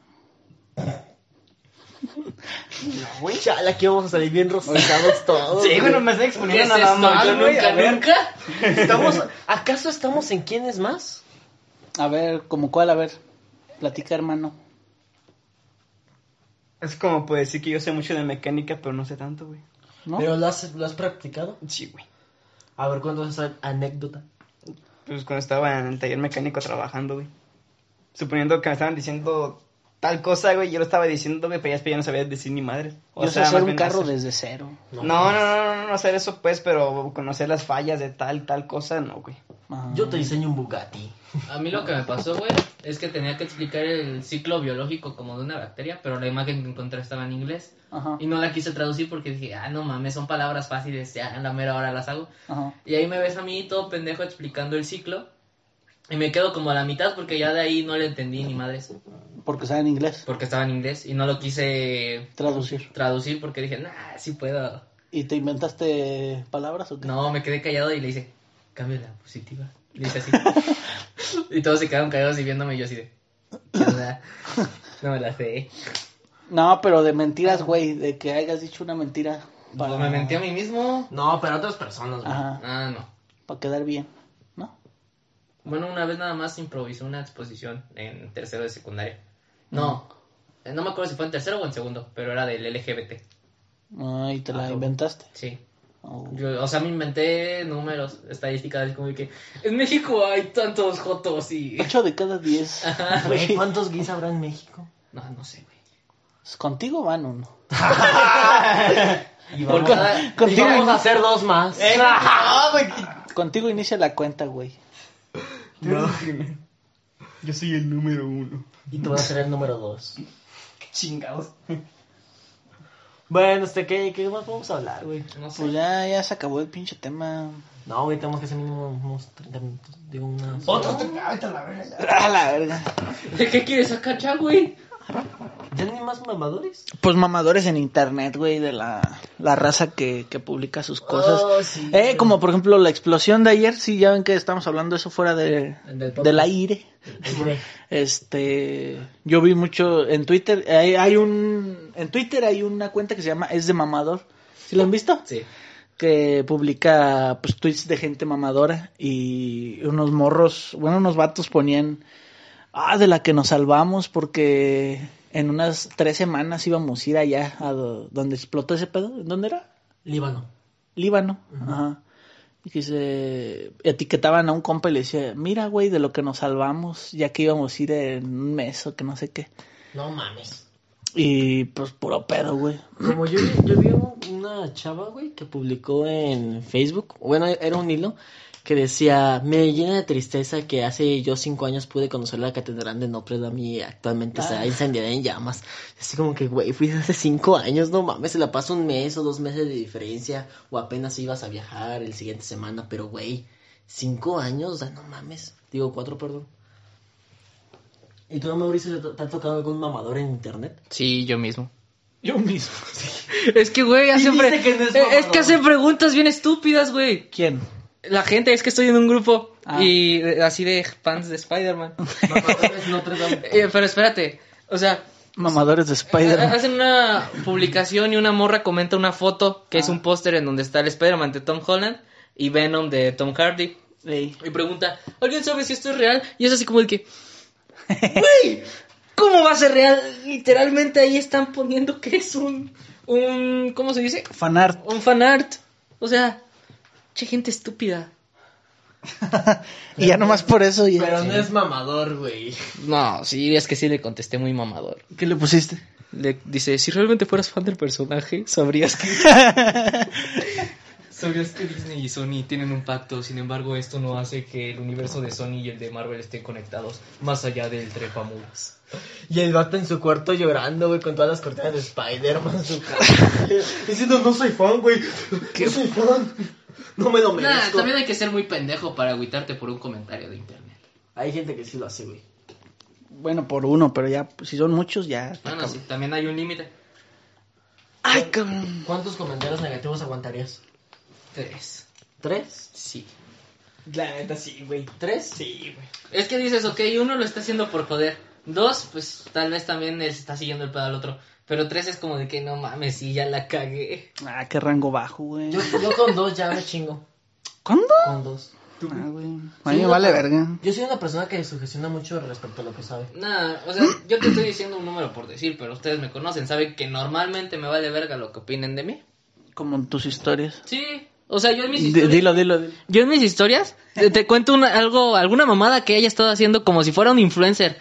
[SPEAKER 4] Güey, chala, aquí vamos a salir bien rosados todos.
[SPEAKER 2] Sí,
[SPEAKER 4] güey.
[SPEAKER 2] bueno, me estoy
[SPEAKER 1] ¿Qué
[SPEAKER 2] exponiendo Pues
[SPEAKER 1] es
[SPEAKER 2] nada
[SPEAKER 1] esto?
[SPEAKER 2] más.
[SPEAKER 1] Yo
[SPEAKER 2] güey, a
[SPEAKER 1] nunca,
[SPEAKER 2] ver.
[SPEAKER 1] nunca.
[SPEAKER 4] Estamos- ¿Acaso estamos en quién es más?
[SPEAKER 3] A ver, ¿como cuál? A ver, platica, hermano.
[SPEAKER 2] Es como puedes decir que yo sé mucho de mecánica, pero no sé tanto, güey.
[SPEAKER 3] ¿No?
[SPEAKER 4] ¿Pero lo has, lo has practicado?
[SPEAKER 2] Sí, güey.
[SPEAKER 4] A ver, ¿cuándo es esa anécdota?
[SPEAKER 2] Pues cuando estaba en el taller mecánico trabajando, güey. Suponiendo que me estaban diciendo tal cosa, güey, yo lo estaba diciendo, güey, pero ya después ya no sabía decir ni madre. O
[SPEAKER 3] Yo sé
[SPEAKER 2] sea,
[SPEAKER 3] hacer
[SPEAKER 2] más
[SPEAKER 3] un
[SPEAKER 2] bien
[SPEAKER 3] carro
[SPEAKER 2] hacer-
[SPEAKER 3] desde cero.
[SPEAKER 2] No, no, no, no, no hacer eso, pues, pero conocer las fallas de tal, tal cosa, no, güey.
[SPEAKER 3] Ah.
[SPEAKER 4] Yo te diseño un Bugatti.
[SPEAKER 1] A mí lo que me pasó, güey, es que tenía que explicar el ciclo biológico como de una bacteria, pero la imagen que encontré estaba en inglés.
[SPEAKER 3] Ajá,
[SPEAKER 1] Y no la quise traducir porque dije, ah, no mames, son palabras fáciles, ya a la mera hora las hago.
[SPEAKER 3] ajá.
[SPEAKER 1] Y ahí me ves a mí todo pendejo explicando el ciclo. Y me quedo como a la mitad porque ya de ahí no le entendí ni madres.
[SPEAKER 3] Porque sabe en inglés.
[SPEAKER 1] Porque estaba en inglés y no lo quise
[SPEAKER 3] Traducir.
[SPEAKER 1] traducir porque dije, nah, sí puedo.
[SPEAKER 3] ¿Y te inventaste palabras o qué?
[SPEAKER 1] No, me quedé callado y le hice, cambia la positiva. Le hice así. y todos se quedaron callados y viéndome y yo así de, "¿Qué onda? no me la sé.
[SPEAKER 3] No, pero de mentiras, güey. De que hayas dicho una mentira. Para...
[SPEAKER 1] Pues me mentí a mí mismo.
[SPEAKER 4] No, pero otras personas, güey.
[SPEAKER 3] Ajá,
[SPEAKER 1] Ah, no.
[SPEAKER 3] para quedar bien. ¿No?
[SPEAKER 1] Bueno, una vez nada más improvisé una exposición en tercero de secundaria. No, eh, no me acuerdo si fue en tercero o en segundo, pero era del LGBT.
[SPEAKER 3] Ah, y te la
[SPEAKER 1] Ah, no.
[SPEAKER 3] inventaste.
[SPEAKER 1] Sí.
[SPEAKER 3] Oh.
[SPEAKER 1] Yo, o sea, me inventé números, estadísticas, como de que en México hay tantos jotos y...
[SPEAKER 3] Ocho de cada diez.
[SPEAKER 4] Ah, Güey, ¿Cuántos gays habrá en México?
[SPEAKER 1] No, no sé, güey.
[SPEAKER 3] Pues Contigo van uno.
[SPEAKER 4] Y
[SPEAKER 3] ¿Por
[SPEAKER 4] vamos,
[SPEAKER 3] qué?
[SPEAKER 4] a, y
[SPEAKER 3] Continúa.
[SPEAKER 4] vamos a hacer dos más.
[SPEAKER 6] Ah, güey.
[SPEAKER 3] Contigo inicia la cuenta, güey.
[SPEAKER 2] Yo soy el número uno.
[SPEAKER 4] Y tú vas a ser el número dos.
[SPEAKER 6] Qué chingados.
[SPEAKER 4] Bueno, este, ¿qué, qué más podemos hablar, güey?
[SPEAKER 1] No sé.
[SPEAKER 3] Pues ya, ya se acabó el pinche tema.
[SPEAKER 4] No, güey, tenemos que hacer mínimo unos 30 minutos. Digo, una...
[SPEAKER 6] Otro te Vete a la verga ya.
[SPEAKER 3] A la verga.
[SPEAKER 1] ¿De qué quieres sacar ya, güey?
[SPEAKER 4] ¿Ya ni más mamadores?
[SPEAKER 3] Pues mamadores en internet, güey, de la, la raza que, que publica sus cosas.
[SPEAKER 4] Oh,
[SPEAKER 3] eh, como por ejemplo la explosión de ayer, sí, ya ven que estamos hablando eso fuera de,
[SPEAKER 1] Del podcast.
[SPEAKER 3] del aire. Este, yo vi mucho en Twitter, hay, hay un, en Twitter hay una cuenta que se llama Es de Mamador. ¿Sí lo han visto?
[SPEAKER 1] Sí.
[SPEAKER 3] que publica pues tweets de gente mamadora y unos morros, bueno, unos vatos ponían, ah, de la que nos salvamos porque en unas tres semanas íbamos a ir allá a do- donde explotó ese pedo, ¿En ¿dónde era?
[SPEAKER 4] Líbano.
[SPEAKER 3] Líbano, ajá. Y que se etiquetaban a un compa y le decía, mira, güey, de lo que nos salvamos, ya que íbamos a ir en un mes o que no sé qué.
[SPEAKER 4] No mames.
[SPEAKER 3] Y pues puro pedo, güey.
[SPEAKER 4] Como yo, vi- yo vi un- una chava, güey, que publicó en Facebook, bueno, era un hilo, que decía, me llena de tristeza que hace yo cinco años pude conocer la catedral de Notre Dame y actualmente está incendiada en llamas. Así como que, güey, fui hace cinco años, no mames, se la pasa un mes o dos meses de diferencia, o apenas ibas a viajar el siguiente semana, pero, güey, cinco años, o sea, no mames, digo cuatro, perdón. ¿Y tú, Mauricio, te- te ha tocado algún mamador en internet?
[SPEAKER 1] Sí, yo mismo.
[SPEAKER 3] Yo mismo.
[SPEAKER 1] Es que, güey, hacen
[SPEAKER 4] Dijiste
[SPEAKER 1] pre-
[SPEAKER 4] que no es
[SPEAKER 1] eh, es
[SPEAKER 4] mamador.
[SPEAKER 1] que hacen preguntas bien estúpidas, güey.
[SPEAKER 3] ¿Quién?
[SPEAKER 1] La gente, es que estoy en un grupo
[SPEAKER 3] Ah.
[SPEAKER 1] y eh, así de fans de Spider-Man.
[SPEAKER 4] Mamadores no Notre Dame.
[SPEAKER 1] Eh, pero espérate, o sea,
[SPEAKER 3] Mamadores de
[SPEAKER 1] ha-
[SPEAKER 3] Spider-Man.
[SPEAKER 1] hacen una publicación y una morra comenta una foto que
[SPEAKER 4] Ah.
[SPEAKER 1] es un póster en donde está el Spider-Man de Tom Holland y Venom de Tom Hardy.
[SPEAKER 3] Ey.
[SPEAKER 1] Y pregunta, ¿alguien sabe si esto es real? Y es así como el que, ¡Güey! ¿Cómo va a ser real? Literalmente ahí están poniendo que es un, un, ¿cómo se dice?
[SPEAKER 3] Fanart.
[SPEAKER 1] Un fanart. O sea, che gente estúpida.
[SPEAKER 3] Y ya nomás por eso. Ya.
[SPEAKER 4] Pero no es mamador, güey.
[SPEAKER 1] No, sí, es que sí le contesté muy mamador.
[SPEAKER 3] ¿Qué le pusiste?
[SPEAKER 1] Le dice, si realmente fueras fan del personaje, sabrías que... sabrías que Disney y Sony tienen un pacto, sin embargo esto no hace que el universo de Sony y el de Marvel estén conectados, más allá del trepamuras.
[SPEAKER 4] Y el vato en su cuarto llorando, güey, con todas las cortinas de Spider-Man en su casa. güey. Diciendo, no soy fan, güey. No soy fan. No me lo
[SPEAKER 1] Nah,
[SPEAKER 4] merezco.
[SPEAKER 1] también hay que ser muy pendejo para agüitarte por un comentario de internet.
[SPEAKER 4] Hay gente que sí lo hace, güey.
[SPEAKER 3] Bueno, por uno, pero ya, pues, si son muchos, ya. está
[SPEAKER 1] Bueno,
[SPEAKER 3] cabrón.
[SPEAKER 1] sí, también hay un límite.
[SPEAKER 3] Ay, cabrón.
[SPEAKER 4] ¿Cuántos comentarios negativos aguantarías?
[SPEAKER 1] Tres.
[SPEAKER 4] ¿Tres?
[SPEAKER 1] Sí.
[SPEAKER 4] La neta, sí, güey. ¿Tres? Sí, güey.
[SPEAKER 1] Es que dices, ok, uno lo está haciendo por joder. Dos, pues tal vez también les está siguiendo el pedo al otro. Pero tres es como de que no mames, sí, ya la cagué.
[SPEAKER 3] Ah, qué rango bajo, güey.
[SPEAKER 4] Yo, yo con dos ya me chingo.
[SPEAKER 3] ¿Cuándo?
[SPEAKER 4] Con dos.
[SPEAKER 3] Ah, güey. A mí
[SPEAKER 4] Sí,
[SPEAKER 3] me
[SPEAKER 4] no,
[SPEAKER 3] vale
[SPEAKER 4] pero-
[SPEAKER 3] verga.
[SPEAKER 4] Yo soy una persona que sugestiona mucho respecto a lo que sabe.
[SPEAKER 1] Nada, o sea, yo te estoy diciendo un número por decir, pero ustedes me conocen, saben que normalmente me vale verga lo que opinen de mí.
[SPEAKER 3] Como en tus historias.
[SPEAKER 1] Sí, o sea, yo en mis
[SPEAKER 3] D-
[SPEAKER 1] historias...
[SPEAKER 3] dilo, dilo, dilo.
[SPEAKER 1] Yo en mis historias te, te cuento una- algo, alguna mamada que haya estado haciendo como si fuera un influencer.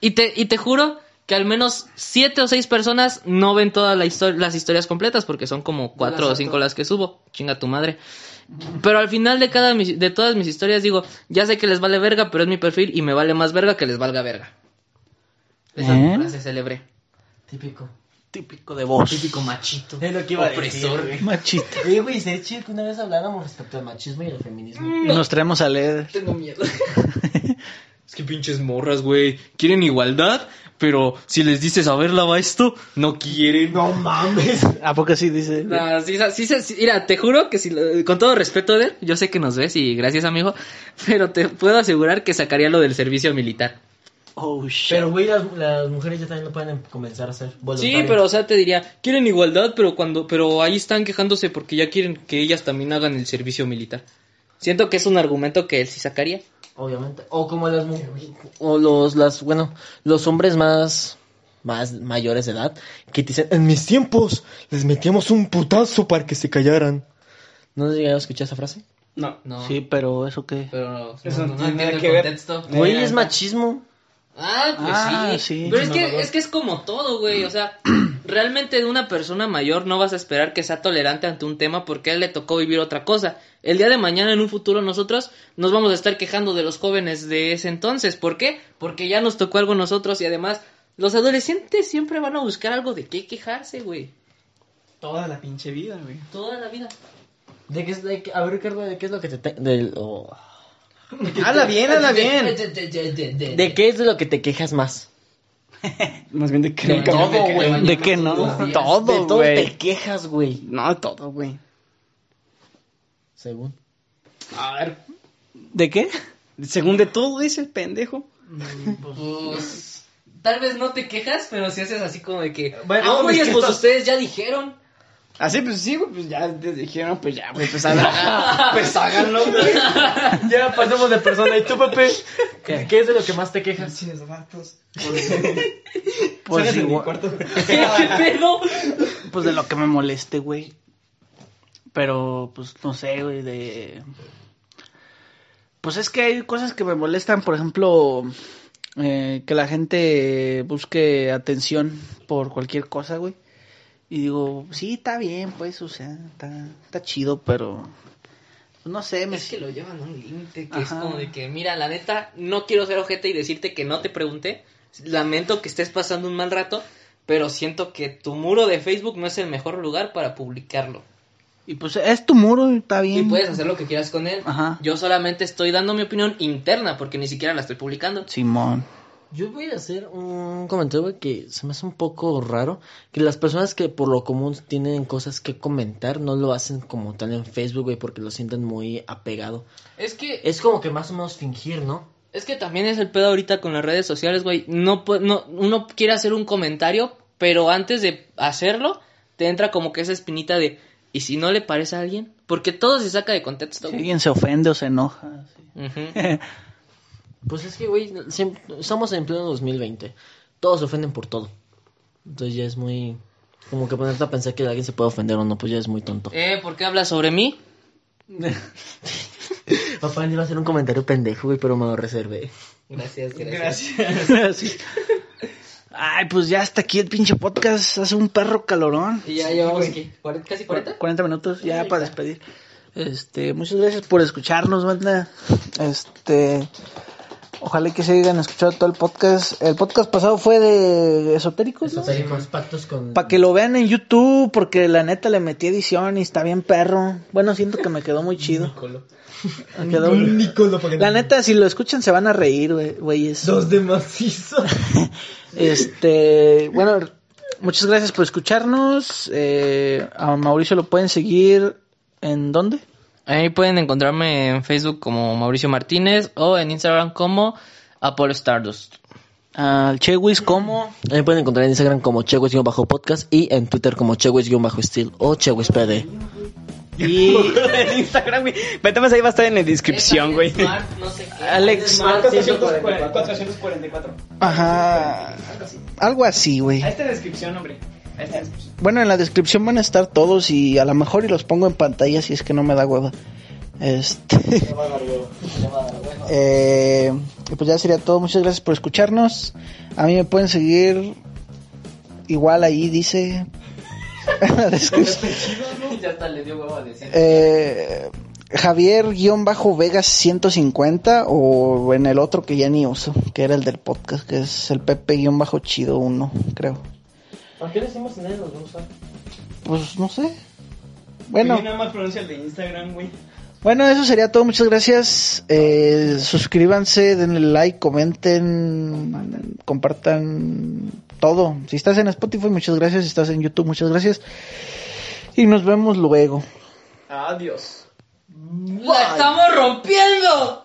[SPEAKER 1] Y te, y te juro que al menos siete o seis personas no ven todas la histo- las historias completas porque son como cuatro o cinco las que subo. Chinga tu madre. Pero al final de cada mis- de todas mis historias digo, ya sé que les vale verga, pero es mi perfil y me vale más verga que les valga verga. Esa
[SPEAKER 3] ¿Eh?
[SPEAKER 1] frase célebre.
[SPEAKER 4] Típico.
[SPEAKER 3] Típico de vos.
[SPEAKER 1] Típico machito.
[SPEAKER 4] Es lo que iba a
[SPEAKER 1] opresor.
[SPEAKER 4] decir,
[SPEAKER 3] Machito.
[SPEAKER 4] Oye, güey, sería chido que una vez habláramos respecto al machismo y el feminismo.
[SPEAKER 3] Nos traemos a leer.
[SPEAKER 1] Tengo miedo. es que pinches morras, güey. Quieren igualdad, pero si les dices a ver, lava esto, no quieren.
[SPEAKER 4] No mames.
[SPEAKER 3] ¿A poco sí dice?
[SPEAKER 1] No, sí, sí, sí, sí, mira, te juro que si, lo- con todo respeto, Eder, yo sé que nos ves y gracias, amigo, pero te puedo asegurar que sacaría lo del servicio militar.
[SPEAKER 3] Oh, shit.
[SPEAKER 4] Pero, güey, las, las mujeres ya también lo pueden comenzar a hacer.
[SPEAKER 1] Sí,
[SPEAKER 4] voluntarias.
[SPEAKER 1] pero o sea, te diría, quieren igualdad, pero cuando pero ahí están quejándose porque ya quieren que ellas también hagan el servicio militar. Siento que es un argumento que él sí sacaría.
[SPEAKER 4] Obviamente. O como las mu- O los, las, bueno, los hombres más, más mayores de edad que te dicen, en mis tiempos les metíamos un putazo para que se callaran. ¿No has llegado a escuchar esa frase?
[SPEAKER 2] No.
[SPEAKER 1] No,
[SPEAKER 3] Sí, pero ¿eso qué?
[SPEAKER 1] pero
[SPEAKER 2] Eso no
[SPEAKER 1] no,
[SPEAKER 2] tiene
[SPEAKER 1] entiendo
[SPEAKER 2] que
[SPEAKER 1] el
[SPEAKER 2] ver.
[SPEAKER 1] contexto.
[SPEAKER 4] Güey,
[SPEAKER 2] Eh,
[SPEAKER 4] es machismo.
[SPEAKER 1] Ah, pues
[SPEAKER 3] Ah, sí.
[SPEAKER 1] sí. Pero es
[SPEAKER 4] Mamador.
[SPEAKER 1] que, es que es como todo, güey. O sea, realmente de una persona mayor no vas a esperar que sea tolerante ante un tema porque a él le tocó vivir otra cosa. El día de mañana, en un futuro, nosotros nos vamos a estar quejando de los jóvenes de ese entonces. ¿Por qué? Porque ya nos tocó algo a nosotros y además los adolescentes siempre van a buscar algo de qué quejarse, güey.
[SPEAKER 2] Toda la pinche vida, güey.
[SPEAKER 1] Toda la vida.
[SPEAKER 4] ¿De qué es, de qué- a ver, Ricardo, ¿de qué es lo que te... te- del- oh.
[SPEAKER 2] Hala bien, hala bien.
[SPEAKER 4] ¿De qué es de lo que te quejas más?
[SPEAKER 2] Más bien de que nunca
[SPEAKER 4] todo,
[SPEAKER 2] me quejé.
[SPEAKER 4] güey.
[SPEAKER 3] ¿De qué no? Todo,
[SPEAKER 4] de todo
[SPEAKER 3] güey.
[SPEAKER 4] te quejas, güey.
[SPEAKER 2] No, todo, güey.
[SPEAKER 4] Según.
[SPEAKER 1] A ver,
[SPEAKER 3] ¿De qué?
[SPEAKER 2] Según de todo, dice el pendejo.
[SPEAKER 1] pues. Tal vez no te quejas, pero si haces así como de que.
[SPEAKER 4] Bueno,
[SPEAKER 1] "Ah,
[SPEAKER 4] no,
[SPEAKER 1] güey,
[SPEAKER 4] es que
[SPEAKER 1] pues
[SPEAKER 4] esto-
[SPEAKER 1] ustedes ya dijeron.
[SPEAKER 2] Así, pues sí, güey, pues ya te dijeron, pues ya, güey, pues háganlo. pues háganlo, güey.
[SPEAKER 4] Ya pasemos de persona. ¿Y tú, Pepe? ¿Qué, es de lo que más te quejas?
[SPEAKER 6] Pinches vatos.
[SPEAKER 3] Pues,
[SPEAKER 2] Sácate de mi
[SPEAKER 3] igual-
[SPEAKER 2] cuarto.
[SPEAKER 1] ¿Qué pedo?
[SPEAKER 3] pues de lo que me moleste, güey. Pero, pues no sé, güey, de... Pues es que hay cosas que me molestan, por ejemplo, eh, que la gente busque atención por cualquier cosa, güey. Y digo, sí, está bien, pues, o sea, está, está chido, pero... pues, No sé, me...
[SPEAKER 1] Es que lo llevan a un límite que es
[SPEAKER 3] Ajá.
[SPEAKER 1] como de que, mira, la neta, no quiero ser ojete y decirte que no te pregunté. Lamento que estés pasando un mal rato, pero siento que tu muro de Facebook no es el mejor lugar para publicarlo.
[SPEAKER 3] Y pues es tu muro, y está bien.
[SPEAKER 1] Y pues, puedes hacer lo que quieras con él.
[SPEAKER 3] Ajá.
[SPEAKER 1] Yo solamente estoy dando mi opinión interna porque ni siquiera la estoy publicando.
[SPEAKER 3] Simón.
[SPEAKER 4] Yo voy a hacer un comentario güey, que se me hace un poco raro. Que las personas que por lo común tienen cosas que comentar no lo hacen como tal en Facebook, güey, porque lo sienten muy apegado.
[SPEAKER 1] Es que
[SPEAKER 4] Es como que más o menos fingir, ¿no?
[SPEAKER 1] Es que también es el pedo ahorita con las redes sociales, güey. No, pu- no, uno quiere hacer un comentario, pero antes de hacerlo, te entra como que esa espinita de, ¿y si no le parece a alguien? Porque todo se saca de contexto.
[SPEAKER 3] Si
[SPEAKER 1] güey.
[SPEAKER 3] alguien se ofende o se enoja. sí.
[SPEAKER 1] Ujú.
[SPEAKER 4] Pues es que, güey, siempre- estamos en pleno 2020. Todos se ofenden por todo. Entonces ya es muy... Como que ponerte a pensar que alguien se puede ofender o no, pues ya es muy tonto.
[SPEAKER 1] Eh, ¿por qué hablas sobre mí?
[SPEAKER 4] Papá, yo iba a hacer un comentario pendejo, güey, pero me lo reservé.
[SPEAKER 1] Gracias,
[SPEAKER 3] Sí. Ay, pues ya hasta aquí el pinche podcast. Hace un perro calorón.
[SPEAKER 1] Y ya llevamos aquí, cuarenta- casi 40.
[SPEAKER 3] 40 minutos ya para despedir. Este, muchas gracias por escucharnos, banda. Este, ojalá que se hayan escuchado todo el podcast. El podcast pasado fue de esotéricos, ¿no?
[SPEAKER 4] Esotéricos, pactos con...
[SPEAKER 3] Para que lo vean en YouTube, porque la neta le metí edición y está bien perro. Bueno, siento que me quedó muy chido. Me quedó- La neta, si lo escuchan se van a reír, güey- güeyes.
[SPEAKER 4] Dos de macizo.
[SPEAKER 3] Este, bueno, muchas gracias por escucharnos. Eh, a Mauricio lo pueden seguir en dónde?
[SPEAKER 1] Ahí pueden encontrarme en Facebook como Mauricio Martínez o en Instagram como Apollo Stardust.
[SPEAKER 3] Al Chewis como
[SPEAKER 4] Me pueden encontrar en Instagram como Chewis-podcast y en Twitter como Chewis-steel o Chewis-pd.
[SPEAKER 3] y
[SPEAKER 2] en Instagram, güey. Vete más ahí va a estar en la descripción, güey.
[SPEAKER 1] No sé qué.
[SPEAKER 3] Alex. Ajá. Algo así, güey.
[SPEAKER 2] A esta descripción, hombre. A esta descripción.
[SPEAKER 3] Bueno, en la descripción van a estar todos y a lo mejor y los pongo en pantalla si es que no me da hueva. Este. Eh, y pues ya sería todo. Muchas gracias por escucharnos. A mí me pueden seguir igual ahí dice. en la descripción.
[SPEAKER 1] Ya hasta le dio huevo a decir.
[SPEAKER 3] Eh, Javier-Vegas 150 o en el otro que ya ni uso, que era el del podcast, que es el Pepe-Chido 1, creo.
[SPEAKER 4] ¿Por qué decimos en él? Nos
[SPEAKER 3] Pues no sé.
[SPEAKER 2] Bueno.
[SPEAKER 3] Bueno.
[SPEAKER 2] nada más pronuncia el de Instagram, güey.
[SPEAKER 3] Bueno, eso sería todo. Muchas gracias. Eh, suscríbanse, denle like, comenten, compartan todo. Si estás en Spotify, muchas gracias. Si estás en YouTube, muchas gracias. Y nos vemos luego.
[SPEAKER 2] Adiós.
[SPEAKER 1] ¡La estamos rompiendo!